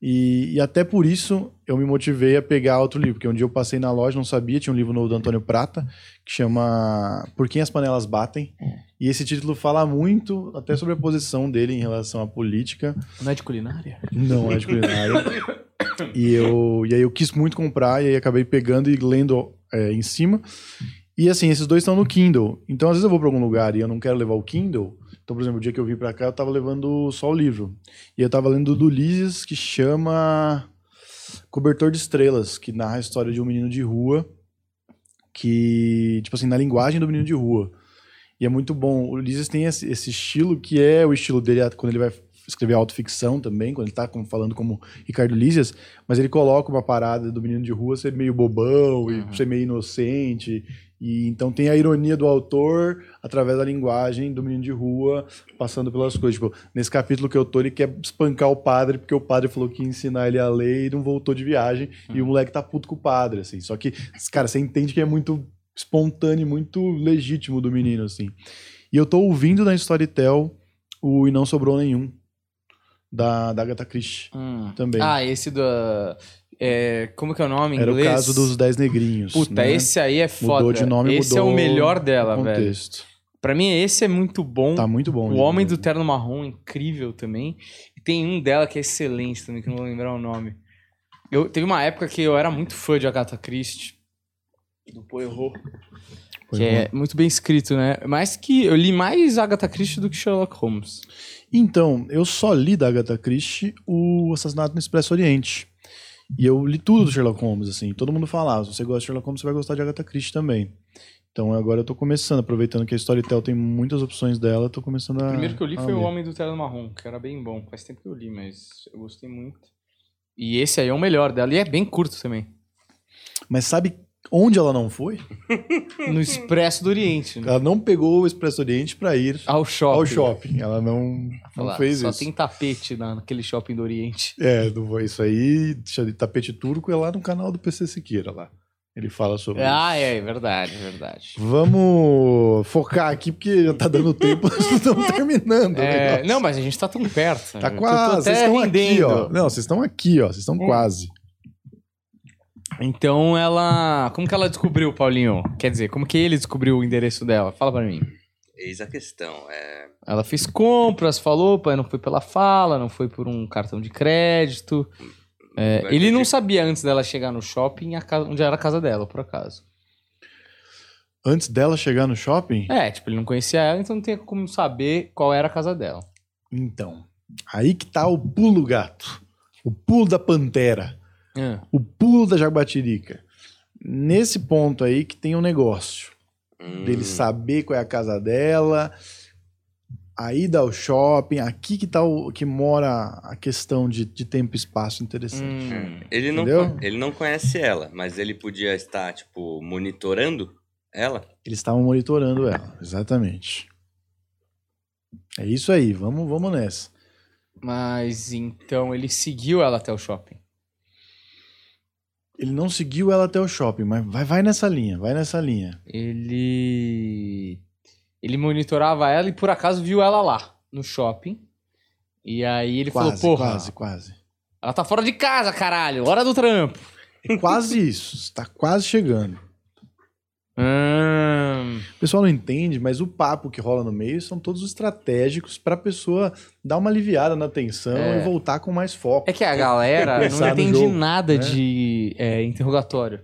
S2: E, e até por isso eu me motivei a pegar outro livro, porque um dia eu passei na loja, não sabia, tinha um livro novo do Antônio Prata, que chama Por Quem as Panelas Batem. E esse título fala muito até sobre a posição dele em relação à política.
S1: Não é de culinária?
S2: Não é de culinária. e, eu, e aí eu quis muito comprar, e aí acabei pegando e lendo é, em cima. E assim, esses dois estão no Kindle. Então, às vezes eu vou para algum lugar e eu não quero levar o Kindle. Então, por exemplo, o dia que eu vim para cá, eu tava levando só o livro. E eu tava lendo do Ulisses, que chama Cobertor de Estrelas, que narra a história de um menino de rua, que, tipo assim, na linguagem do menino de rua. E é muito bom. O Ulisses tem esse, esse estilo que é o estilo dele ah, quando ele vai escrever autoficção também, quando ele tá como- falando como Ricardo Lízias, mas ele coloca uma parada do menino de rua ser meio bobão
S1: Uhum.
S2: e ser meio inocente. E então tem a ironia do autor através da linguagem do menino de rua passando pelas coisas. Tipo, nesse capítulo que eu tô, ele quer espancar o padre, porque o padre falou que ia ensinar ele a ler e não voltou de viagem. E o
S1: Hum.
S2: moleque tá puto com o padre, assim. Só que, cara, você entende que é muito espontâneo, e muito legítimo do menino, assim. E eu tô ouvindo na Storytel o E Não Sobrou Nenhum, da, da Agatha Christie também.
S1: Ah, esse do. é, como que é o nome em
S2: Era o
S1: inglês?
S2: caso dos Dez Negrinhos.
S1: Puta,
S2: né?
S1: esse aí é foda.
S2: de nome,
S1: esse
S2: mudou
S1: é o melhor dela, velho.
S2: contexto.
S1: Pra mim, esse é muito bom.
S2: Tá muito bom.
S1: o Homem do Terno Marrom, incrível também. E tem um dela que é excelente também, que eu não vou lembrar o nome. Eu, teve uma época que eu era muito fã de Agatha Christie. Do Poirot.
S2: Foi
S1: que é muito bem escrito, né? Mas que eu li mais Agatha Christie do que Sherlock Holmes.
S2: Então, eu só li da Agatha Christie o Assassinato no Expresso Oriente. E eu li tudo do Sherlock Holmes, assim. Todo mundo falava, se você gosta de Sherlock Holmes, você vai gostar de Agatha Christie também. Então agora eu tô começando, aproveitando que a Storytel tem muitas opções dela, eu tô começando a.
S1: O primeiro que eu li
S2: a
S1: foi O
S2: ler.
S1: Homem do Terno Marrom, que era bem bom. Faz tempo que eu li, mas eu gostei muito. E esse aí é o melhor dela. E é bem curto também.
S2: Mas sabe onde ela não foi?
S1: No Expresso do Oriente, né?
S2: Ela não pegou o Expresso Oriente pra ir
S1: Ao shopping.
S2: ao shopping. Ela não,
S1: Falar,
S2: não fez
S1: só
S2: isso.
S1: tem tapete na- naquele shopping do Oriente.
S2: É, não foi isso aí. deixa eu- Tapete turco é lá no canal do PC Siqueira lá. Ele fala sobre isso.
S1: Ah, é, é verdade, é verdade.
S2: Vamos focar aqui, porque já tá dando tempo, (laughs) nós não estamos terminando. o
S1: É,
S2: negócio.
S1: não, mas a gente tá tão perto.
S2: tá
S1: né? Eu tô
S2: quase,
S1: até
S2: vocês estão aqui,
S1: rendendo.
S2: ó. Não, vocês estão aqui, ó. Vocês estão quase.
S1: Então ela. Como que ela descobriu, Paulinho? Quer dizer, como que ele descobriu o endereço dela? Fala pra mim.
S3: Eis a questão. É...
S1: Ela fez compras, falou, pai, não foi pela fala, não foi por um cartão de crédito. É,
S3: Vai
S1: ele não
S3: pedir.
S1: sabia antes dela chegar no shopping a casa- onde era a casa dela, por acaso.
S2: Antes dela chegar no shopping?
S1: É, tipo, ele não conhecia ela, então não tinha como saber qual era a casa dela.
S2: Então, aí que tá o pulo gato. O pulo da pantera. o pulo da Jaguatirica. Nesse ponto aí que tem um negócio.
S3: Hum,
S2: Dele saber qual é a casa dela, a ida ao shopping, aqui que, tá o, que mora a questão de, de tempo e espaço interessante.
S1: Hum.
S3: ele, não,
S2: Entendeu?
S3: con- ele não conhece ela, mas ele podia estar, tipo, monitorando ela.
S2: Eles estavam monitorando ela, exatamente. É isso aí, vamos, vamos nessa.
S1: Mas então ele seguiu ela até o shopping.
S2: Ele não seguiu ela até o shopping, mas vai, vai nessa linha, vai nessa linha.
S1: Ele. Ele monitorava ela e por acaso viu ela lá, no shopping. E aí ele
S2: quase,
S1: falou: Porra,
S2: quase, quase.
S1: ela tá fora de casa, caralho, hora do trampo.
S2: É
S1: (laughs)
S2: quase isso, está quase chegando.
S1: Hum.
S2: O pessoal não entende, mas o papo que rola no meio são todos estratégicos para a pessoa dar uma aliviada na tensão
S1: É.
S2: e voltar com mais foco. (laughs)
S1: É que a galera não
S2: Pensar no
S1: entende
S2: jogo,
S1: nada
S2: né?
S1: de é, interrogatório.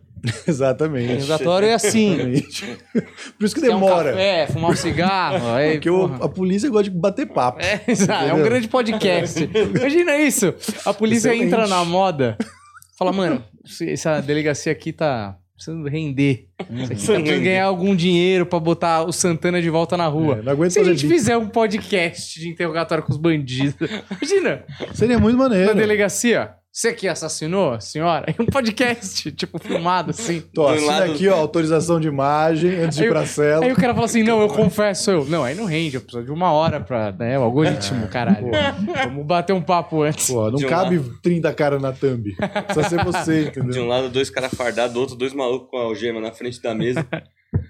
S2: Exatamente.
S1: Interrogatório é assim.
S2: Exatamente. Por isso (laughs) que
S1: quer um
S2: demora.
S1: café, fumar um
S2: (laughs)
S1: cigarro. aí,
S2: porque o-
S1: porra.
S2: a polícia gosta de bater papo.
S1: É, exato. É um
S2: Entendeu?
S1: grande
S2: (laughs)
S1: podcast. Imagina isso. A polícia
S2: Excelente.
S1: entra na moda, fala, mano, se- essa delegacia aqui tá precisando render.
S2: Uhum.
S1: Isso aqui tá precisando ganhar algum dinheiro pra botar o Santana de volta na
S2: É,
S1: rua.
S2: não aguento
S1: Se a
S2: fazer
S1: gente
S2: vídeo.
S1: fizer um podcast de interrogatório com os bandidos, (laughs) imagina,
S2: Seria muito
S1: na
S2: maneiro.
S1: delegacia, você que assassinou a senhora? É um podcast, (laughs) tipo, filmado assim.
S2: Tô,
S3: Do
S2: assina
S3: lado-
S2: aqui, ó, autorização de imagem antes de
S1: Aí
S2: ir
S1: o-
S2: pra cela.
S1: Aí o cara fala assim, não, eu confesso, eu. Não, aí não rende, eu preciso de uma hora pra, né, o algoritmo, caralho. Vamos bater um papo antes.
S2: Pô, não
S3: De um
S2: cabe 30 caras na thumb. Só ser você,
S3: De
S2: entendeu?
S3: um lado, dois caras fardados, do outro, dois malucos com a algema na frente da mesa.
S2: (laughs)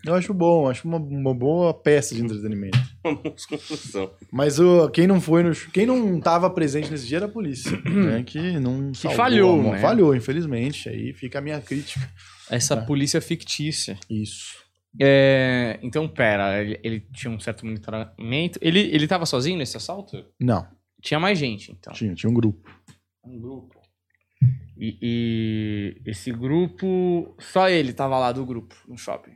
S2: Eu acho bom, acho uma, uma boa peça de entretenimento.
S3: Uma confusão.
S2: Mas o, quem não foi no. sh- Quem não tava presente nesse dia era a polícia. né? Que não. salvou
S1: falhou,
S2: a mão.
S1: né?
S2: Falhou, infelizmente. Aí fica a minha crítica.
S1: Essa polícia é fictícia.
S2: Isso.
S1: É, então, pera, ele, ele tinha um certo monitoramento. Ele, ele tava sozinho nesse assalto?
S2: Não,
S1: Tinha mais gente, então.
S2: tinha, tinha um grupo.
S1: Um grupo. E, e esse grupo. Só ele tava lá do grupo, no shopping.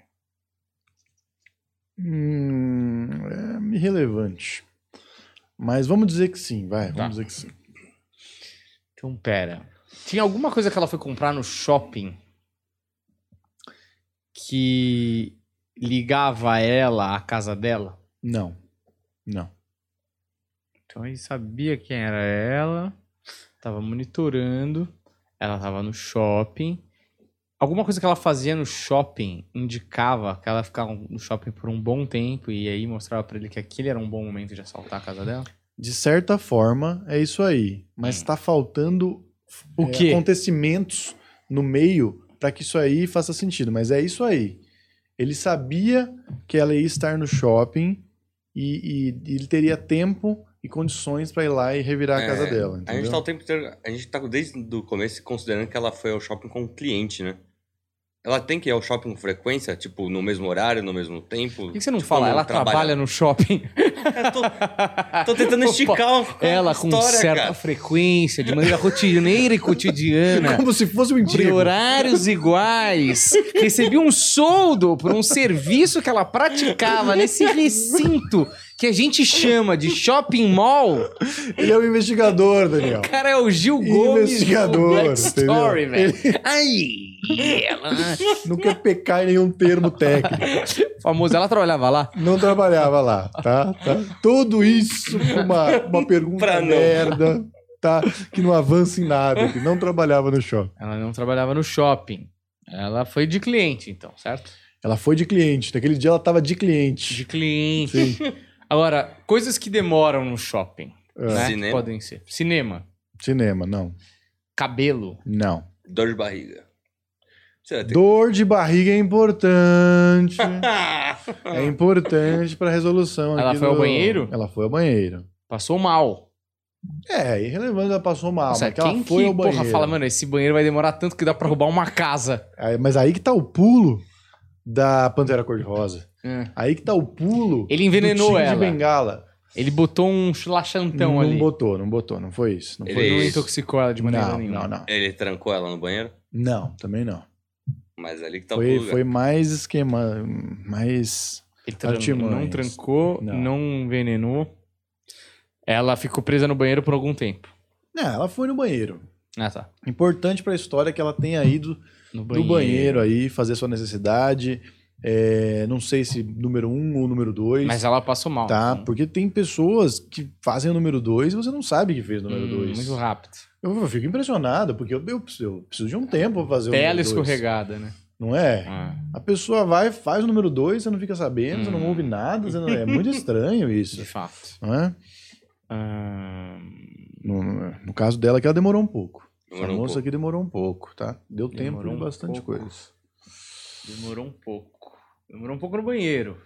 S2: Hum, é irrelevante. Mas vamos dizer que sim, vai. Vamos
S1: Tá.
S2: dizer que sim.
S1: Então, pera. Tinha alguma coisa que ela foi comprar no shopping que ligava ela à casa dela?
S2: Não. Não.
S1: Então ele sabia quem era ela, tava monitorando, ela tava no shopping. Alguma coisa que ela fazia no shopping indicava que ela ficava no shopping por um bom tempo e aí mostrava pra ele que aquele era um bom momento de assaltar a casa dela.
S2: De certa forma, é isso aí. Mas tá faltando
S1: Hum. O
S2: é,
S1: quê?
S2: acontecimentos no meio para que isso aí faça sentido. Mas é isso aí. Ele sabia que ela ia estar no shopping e, e- e ele teria tempo e condições para ir lá e revirar a
S3: É,
S2: casa dela.
S3: A gente tá
S2: Entendeu?
S3: o tempo inteiro. A gente tá desde o começo considerando que ela foi ao shopping com um cliente, né? Ela tem que ir ao shopping com frequência, tipo, no mesmo horário, no mesmo tempo.
S1: Por que você não
S3: Tipo,
S1: fala? Ela
S3: trabalha-
S1: trabalha no shopping.
S3: (laughs) Eu tô, tô tentando esticar uma
S1: Ela com
S3: história,
S1: certa
S3: cara.
S1: frequência, de maneira rotineira e cotidiana.
S2: (laughs) Como se fosse
S1: De
S2: um emprego.
S1: horários iguais. Recebi um soldo por um serviço que ela praticava
S2: (laughs)
S1: nesse recinto que a gente chama de shopping mall.
S2: Ele é um investigador, Daniel.
S1: O cara é o Gil Gomes.
S2: Investigador,
S1: do Black
S2: entendeu?
S1: Story, velho. Ai, ela.
S2: Nunca (laughs) pecar em nenhum termo técnico.
S1: Famosa, ela trabalhava lá.
S2: Não trabalhava lá, tá? tá? Tudo isso por uma, uma pergunta
S3: (laughs) Pra não.
S2: merda, tá? Que não avança em nada, que não trabalhava no shopping.
S1: Ela não trabalhava no shopping. Ela foi de cliente, então, certo?
S2: Ela foi de cliente. Naquele dia ela tava de cliente.
S1: De cliente.
S2: Sim.
S1: Agora, coisas que demoram no shopping, né?
S2: É.
S3: Cinema.
S1: Podem ser. Cinema,
S2: Cinema, não.
S1: cabelo.
S2: Não.
S3: Dor de barriga. Você vai ter
S2: Dor de barriga é
S3: (laughs)
S2: importante.
S3: que...
S2: É importante pra resolução.
S1: Ela
S2: aqui
S1: foi ao
S2: do-
S1: banheiro?
S2: Ela foi ao banheiro.
S1: Passou mal.
S2: É, irrelevante, ela passou mal.
S1: Nossa,
S2: Ah, mas que ela
S1: quem
S2: foi
S1: que,
S2: ao banheiro.
S1: porra, fala, mano, esse banheiro vai demorar tanto que dá pra roubar uma casa.
S2: Aí- mas aí que tá o pulo da Pantera Cor-de-Rosa.
S1: É.
S2: Aí que tá o pulo.
S1: Ele envenenou
S2: do tigre
S1: ela.
S2: de bengala.
S1: Ele botou um lachantão
S2: não
S1: ali.
S2: botou, não botou, não foi isso. Não
S3: Ele-
S2: foi
S1: Ele não
S2: isso.
S1: intoxicou ela de maneira
S2: não,
S1: nenhuma.
S2: não, não.
S3: Ele trancou ela no banheiro,
S2: Não, também não.
S3: mas ali que tá o
S2: foi,
S3: pulo.
S2: foi mais esquema, mais.
S1: Ele tran-
S2: Artimanhas.
S1: não trancou,
S2: Não.
S1: não. envenenou. Ela ficou presa no banheiro por algum tempo.
S2: Não, né, ela foi no banheiro.
S1: Ah, tá.
S2: Importante pra história que ela tenha ido
S1: No
S2: do banheiro aí, fazer sua necessidade. É, não sei se número um ou número dois.
S1: Mas ela passou mal.
S2: Tá,
S1: Assim.
S2: porque tem pessoas que fazem o número dois e você não sabe que fez o número
S1: Hum,
S2: dois.
S1: Muito rápido.
S2: Eu, eu fico impressionado, porque eu, eu preciso- eu preciso de um tempo pra fazer
S1: Tela
S2: o número dois.
S1: escorregada, né?
S2: Não é?
S1: Ah.
S2: A pessoa vai, faz o número dois, você não fica sabendo, você não
S1: Hum.
S2: ouve nada, você não- é
S1: Uhum.
S2: muito estranho isso.
S1: De fato.
S2: Não é?
S1: Ah,
S2: No, no caso dela, que ela demorou um pouco.
S3: Demorou
S2: Essa
S3: um
S2: moça
S3: pouco.
S2: aqui demorou um pouco, tá? Deu tempo
S1: Demorou
S2: de
S1: um
S2: bastante
S1: pouco.
S2: coisa.
S1: demorou um pouco. Demorou um pouco no banheiro.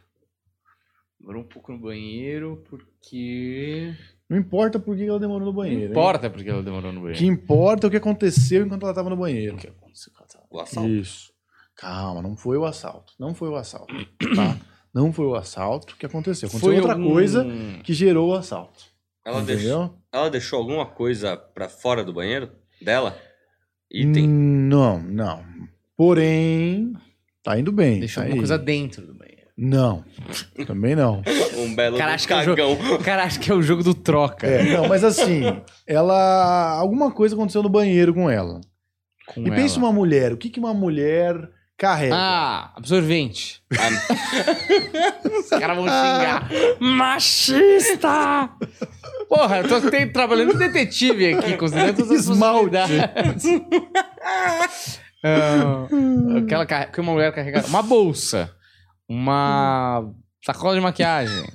S1: Demorou um pouco no banheiro porque.
S2: Não importa por que ela demorou no banheiro.
S1: Não
S2: hein?
S1: importa porque ela demorou no
S2: O
S1: banheiro.
S2: que importa é o que aconteceu enquanto ela tava no banheiro.
S1: O que aconteceu com ela?
S3: O assalto.
S2: Isso. Calma, não foi o assalto. Não foi o assalto, tá? Não foi o assalto que aconteceu. Aconteceu outra
S1: algum-
S2: coisa tá que gerou o assalto.
S3: Ela deixou,
S2: entendeu?
S3: ela deixou alguma coisa pra fora do banheiro dela? Item.
S2: Hum, Não, não. Porém, tá indo bem.
S1: Deixou
S2: tá
S1: alguma
S2: aí.
S1: coisa dentro do banheiro.
S2: Não, também não.
S3: Um belo
S1: Hum. Cara,
S3: do
S1: acho que eu jo-
S3: cagão.
S1: Cara, acho que é o jogo do troca.
S2: É, não, mas assim, ela. Alguma coisa aconteceu no banheiro com ela.
S1: com
S2: e
S1: ela.
S2: pensa uma mulher, o que, que uma mulher carrega?
S1: Ah, absorvente. Os caras vão xingar. Machista! Porra, eu tô te- trabalhando de detetive aqui, considerando todas as
S2: Esmalte.
S1: possibilidades. (laughs) Ah, aquela carre- que uma mulher carregava. Uma bolsa. Uma sacola de maquiagem.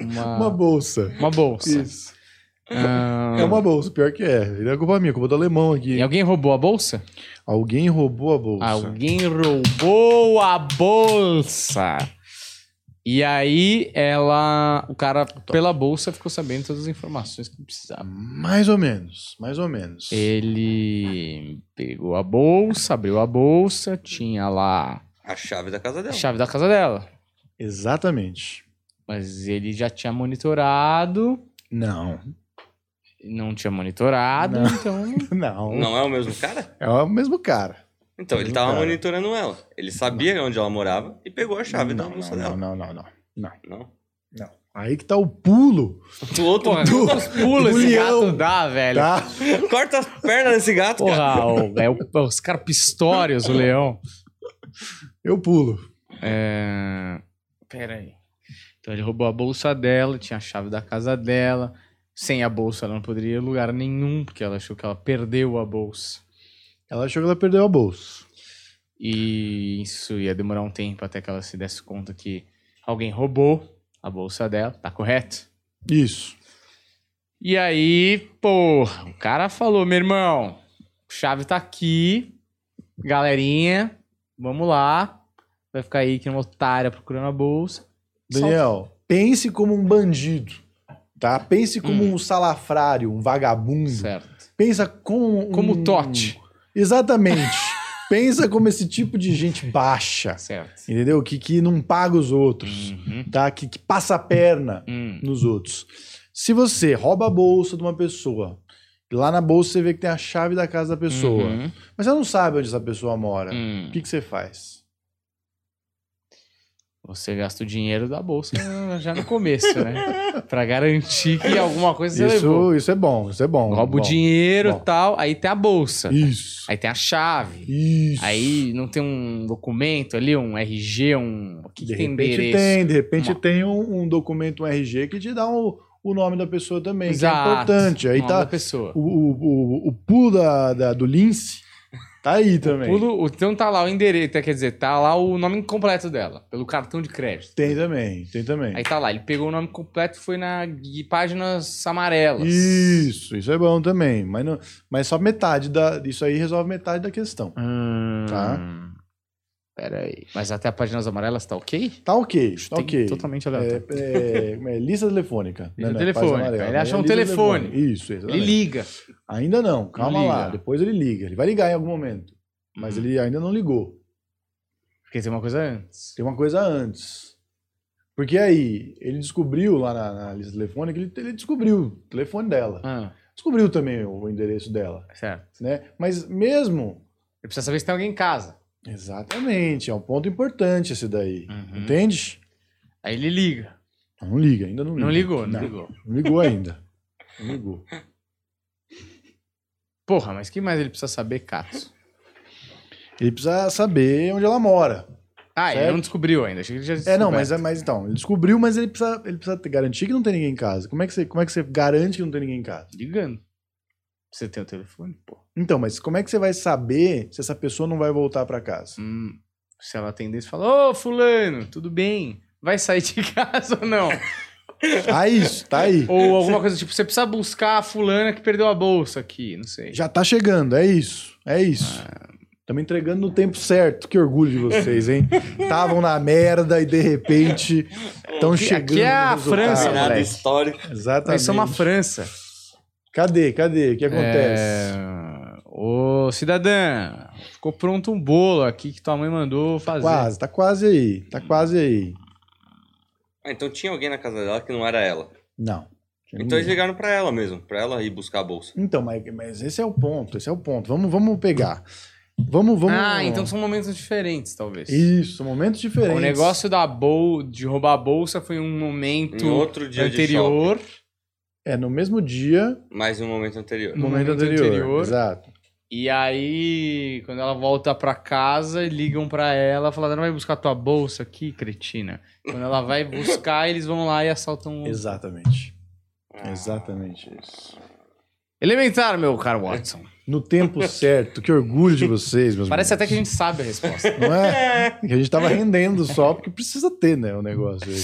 S1: Uma,
S2: Uma
S1: uma,
S2: bolsa.
S1: bolsa.
S2: Isso.
S1: Ah,
S2: É uma bolsa, pior que é. Não é culpa minha, é culpa do alemão aqui.
S1: E alguém roubou a bolsa?
S2: Alguém roubou a bolsa.
S1: Alguém roubou a bolsa. E aí ela, o cara pela bolsa ficou sabendo todas as informações que precisava.
S2: Mais ou menos, mais ou menos.
S1: Ele pegou a bolsa, abriu a bolsa, tinha lá
S3: A chave da casa
S1: a
S3: dela.
S1: chave da casa dela.
S2: Exatamente.
S1: Mas ele já tinha monitorado, (laughs)
S2: Não.
S1: não tinha monitorado,
S2: Não.
S1: então
S2: Não.
S3: Não é o mesmo cara?
S2: É o mesmo cara.
S3: Então, ele
S2: Mesmo
S3: tava
S2: cara.
S3: monitorando ela. Ele sabia onde ela morava e pegou a chave
S2: não,
S3: da bolsa
S2: não,
S3: dela.
S2: não, não, não,
S3: Não.
S2: não. Aí que tá o pulo,
S3: O
S1: (laughs)
S3: outro
S1: Porra, quantos pulos
S2: do
S1: esse
S2: leão.
S1: gato dá, velho?
S2: tá?
S3: (laughs) corta as pernas desse gato, cara.
S1: Porra, o- é o- os caras pistórios, o leão.
S2: Eu pulo.
S1: É... Pera aí. Então ele roubou a bolsa dela, tinha a chave da casa dela. Sem a bolsa ela não poderia ir a lugar nenhum, porque ela achou que ela perdeu a bolsa.
S2: Ela achou que ela perdeu a bolsa.
S1: E isso ia demorar um tempo até que ela se desse conta que alguém roubou a bolsa dela, tá correto?
S2: Isso.
S1: E aí, porra, o cara falou: meu irmão, chave tá aqui, galerinha, vamos lá. Vai ficar aí que é uma otária procurando a bolsa.
S2: Daniel, pense como um bandido, tá? Pense como um salafrário, um vagabundo.
S1: Hum. Certo.
S2: Pensa como um...
S1: Como o Totti. (laughs)
S2: Exatamente. Pensa como esse tipo de gente baixa,
S1: Certo. Uhum.
S2: entendeu? Que, que não paga os outros, tá? Que, que passa a perna
S1: Hum.
S2: nos outros. Se você rouba a bolsa de uma pessoa, e lá na bolsa você vê que tem a chave da casa da pessoa,
S1: Uhum.
S2: mas você não sabe onde essa pessoa mora,
S1: Hum.
S2: o que, que você faz?
S1: Você gasta o dinheiro da bolsa já no começo, né? (laughs) Pra garantir que alguma coisa você levou.
S2: Isso, isso é bom, isso é bom.
S1: Rouba o
S2: bom.
S1: dinheiro e
S2: bom.
S1: tal, aí tem a bolsa.
S2: Isso.
S1: Aí tem a chave.
S2: Isso.
S1: Aí não tem um documento ali, um RG, um. O que,
S2: de
S1: que tem
S2: repente
S1: endereço?
S2: tem, de repente
S1: Uma-
S2: tem um, um documento, um RG que te dá o, o nome da pessoa também, que é
S1: Exato.
S2: importante. Aí
S1: Nome
S2: tá
S1: da pessoa.
S2: o, o, o, o pulo da, da- do lince, tá
S1: (laughs)
S2: aí também.
S1: Pulo- então tá lá o endereço, quer dizer, tá lá o nome completo dela, pelo cartão de crédito.
S2: Tem também, tem também.
S1: Aí tá lá, ele pegou o nome completo e foi na gui- páginas amarelas.
S2: Isso, isso é bom também. Mas, não, mas só metade da. Isso aí resolve metade da questão.
S1: Hum.
S2: Tá.
S1: Pera aí. Mas até a páginas amarelas tá ok?
S2: Tá ok, tá
S1: Tem
S2: ok.
S1: Totalmente
S2: É,
S1: aleatório.
S2: é, como é, lista telefônica.
S1: Lista
S2: né, né,
S1: telefônica.
S2: faz amarelo.
S1: Ele acha
S2: Aí é
S1: um
S2: lista
S1: telefone.
S2: telefônica. Isso, exatamente.
S1: Ele liga.
S2: Ainda não, calma
S1: liga. Uhum.
S2: lá. Depois ele liga. Ele vai ligar em algum momento. Mas ele ainda não ligou.
S1: Porque tem uma coisa antes.
S2: Tem uma coisa antes. Porque aí, ele descobriu lá na, na lista telefônica, ele, ele descobriu o telefone dela.
S1: Ah,
S2: Descobriu também o endereço dela,
S1: certo.
S2: né? Mas mesmo...
S1: Ele precisa saber se tem alguém em casa.
S2: Exatamente, é um ponto importante esse daí.
S1: Uhum.
S2: Entende?
S1: Aí ele liga.
S2: Não liga, ainda não liga.
S1: Não ligou, né? não,
S2: Hum, não
S1: ligou.
S2: Não ligou ainda. Não ligou.
S1: Porra, mas o que mais ele precisa saber, Cato?
S2: Ele precisa saber onde ela mora.
S1: Ah, ele
S2: Certo.
S1: não descobriu ainda. Achei que ele já
S2: É, não, mas,
S1: descoberto.
S2: mas então, ele descobriu, mas ele precisa, ele precisa te- garantir que não tem ninguém em casa. Como é, que você, como é que você garante que não tem ninguém em casa?
S1: Ligando. Você tem o telefone? Pô.
S2: Então, mas como é que você vai saber se essa pessoa não vai voltar pra casa?
S1: (laughs) Hum, se ela atender, você fala: Ô, Fulano, tudo bem? Vai sair de (laughs) casa ou não?
S2: Ah, isso, tá aí.
S1: ou alguma coisa tipo: você precisa buscar a Fulana que perdeu a bolsa aqui. Não sei.
S2: Já tá chegando, é isso. É isso. Estamos entregando no tempo certo. Que orgulho de vocês,
S1: (laughs)
S2: hein? Estavam na merda e de repente estão
S1: Aqui- aqui
S2: chegando.
S1: é a
S2: no resultado.
S1: França,
S3: Virada
S1: moleque.
S3: histórica.
S2: Exatamente.
S1: Nós somos a é França.
S2: Cadê? Cadê? O que acontece?
S1: É... Ô, cidadã, ficou pronto um bolo aqui que tua mãe mandou fazer.
S2: Quase, tá quase aí. Tá quase aí.
S3: Ah, então tinha alguém na casa dela que não era ela.
S2: Não.
S3: Então
S1: Hum.
S3: eles ligaram pra ela mesmo, pra ela ir buscar a bolsa.
S2: Então, mas, mas esse é o ponto, esse é o ponto. Vamos, vamos pegar. Vamos, vamos.
S1: Ah, então são momentos diferentes, talvez.
S2: Isso, momentos diferentes.
S1: O negócio da bol... de roubar a bolsa foi um momento
S3: Em outro dia de
S1: anterior.
S2: É no mesmo dia,
S3: shopping, mas em um momento anterior.
S1: No
S2: no momento
S1: momento
S2: anterior.
S1: anterior.
S2: Exato.
S1: E aí, quando ela volta pra casa, ligam pra ela, falam, não vai buscar tua bolsa aqui, cretina. Quando ela vai buscar, eles vão lá e assaltam o...
S2: Exatamente.
S3: Ah.
S2: Exatamente isso.
S1: Elementar, meu caro Watson. (laughs)
S2: No tempo certo, que orgulho de vocês, meus
S1: Parece até
S2: amigos.
S1: que a gente sabe a resposta. (laughs)
S2: Não é? Que a gente tava rendendo só, porque precisa ter, né, o negócio aí.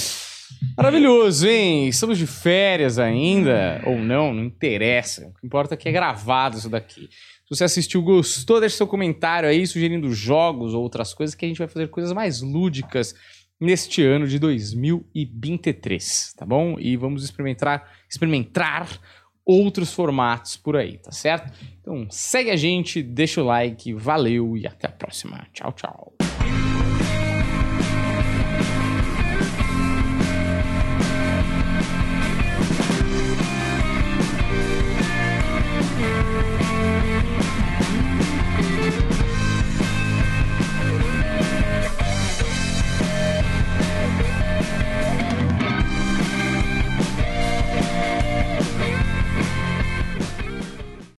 S1: Maravilhoso, hein? Estamos de férias ainda, ou não, não interessa. O que importa é que é gravado isso daqui. Se você assistiu, gostou, deixa seu comentário aí, sugerindo jogos ou outras coisas, que a gente vai fazer coisas mais lúdicas neste ano de 2023, tá bom? E vamos experimentar, experimentar outros formatos por aí, tá certo? Então segue a gente, deixa o like, valeu e até a próxima. Tchau, tchau.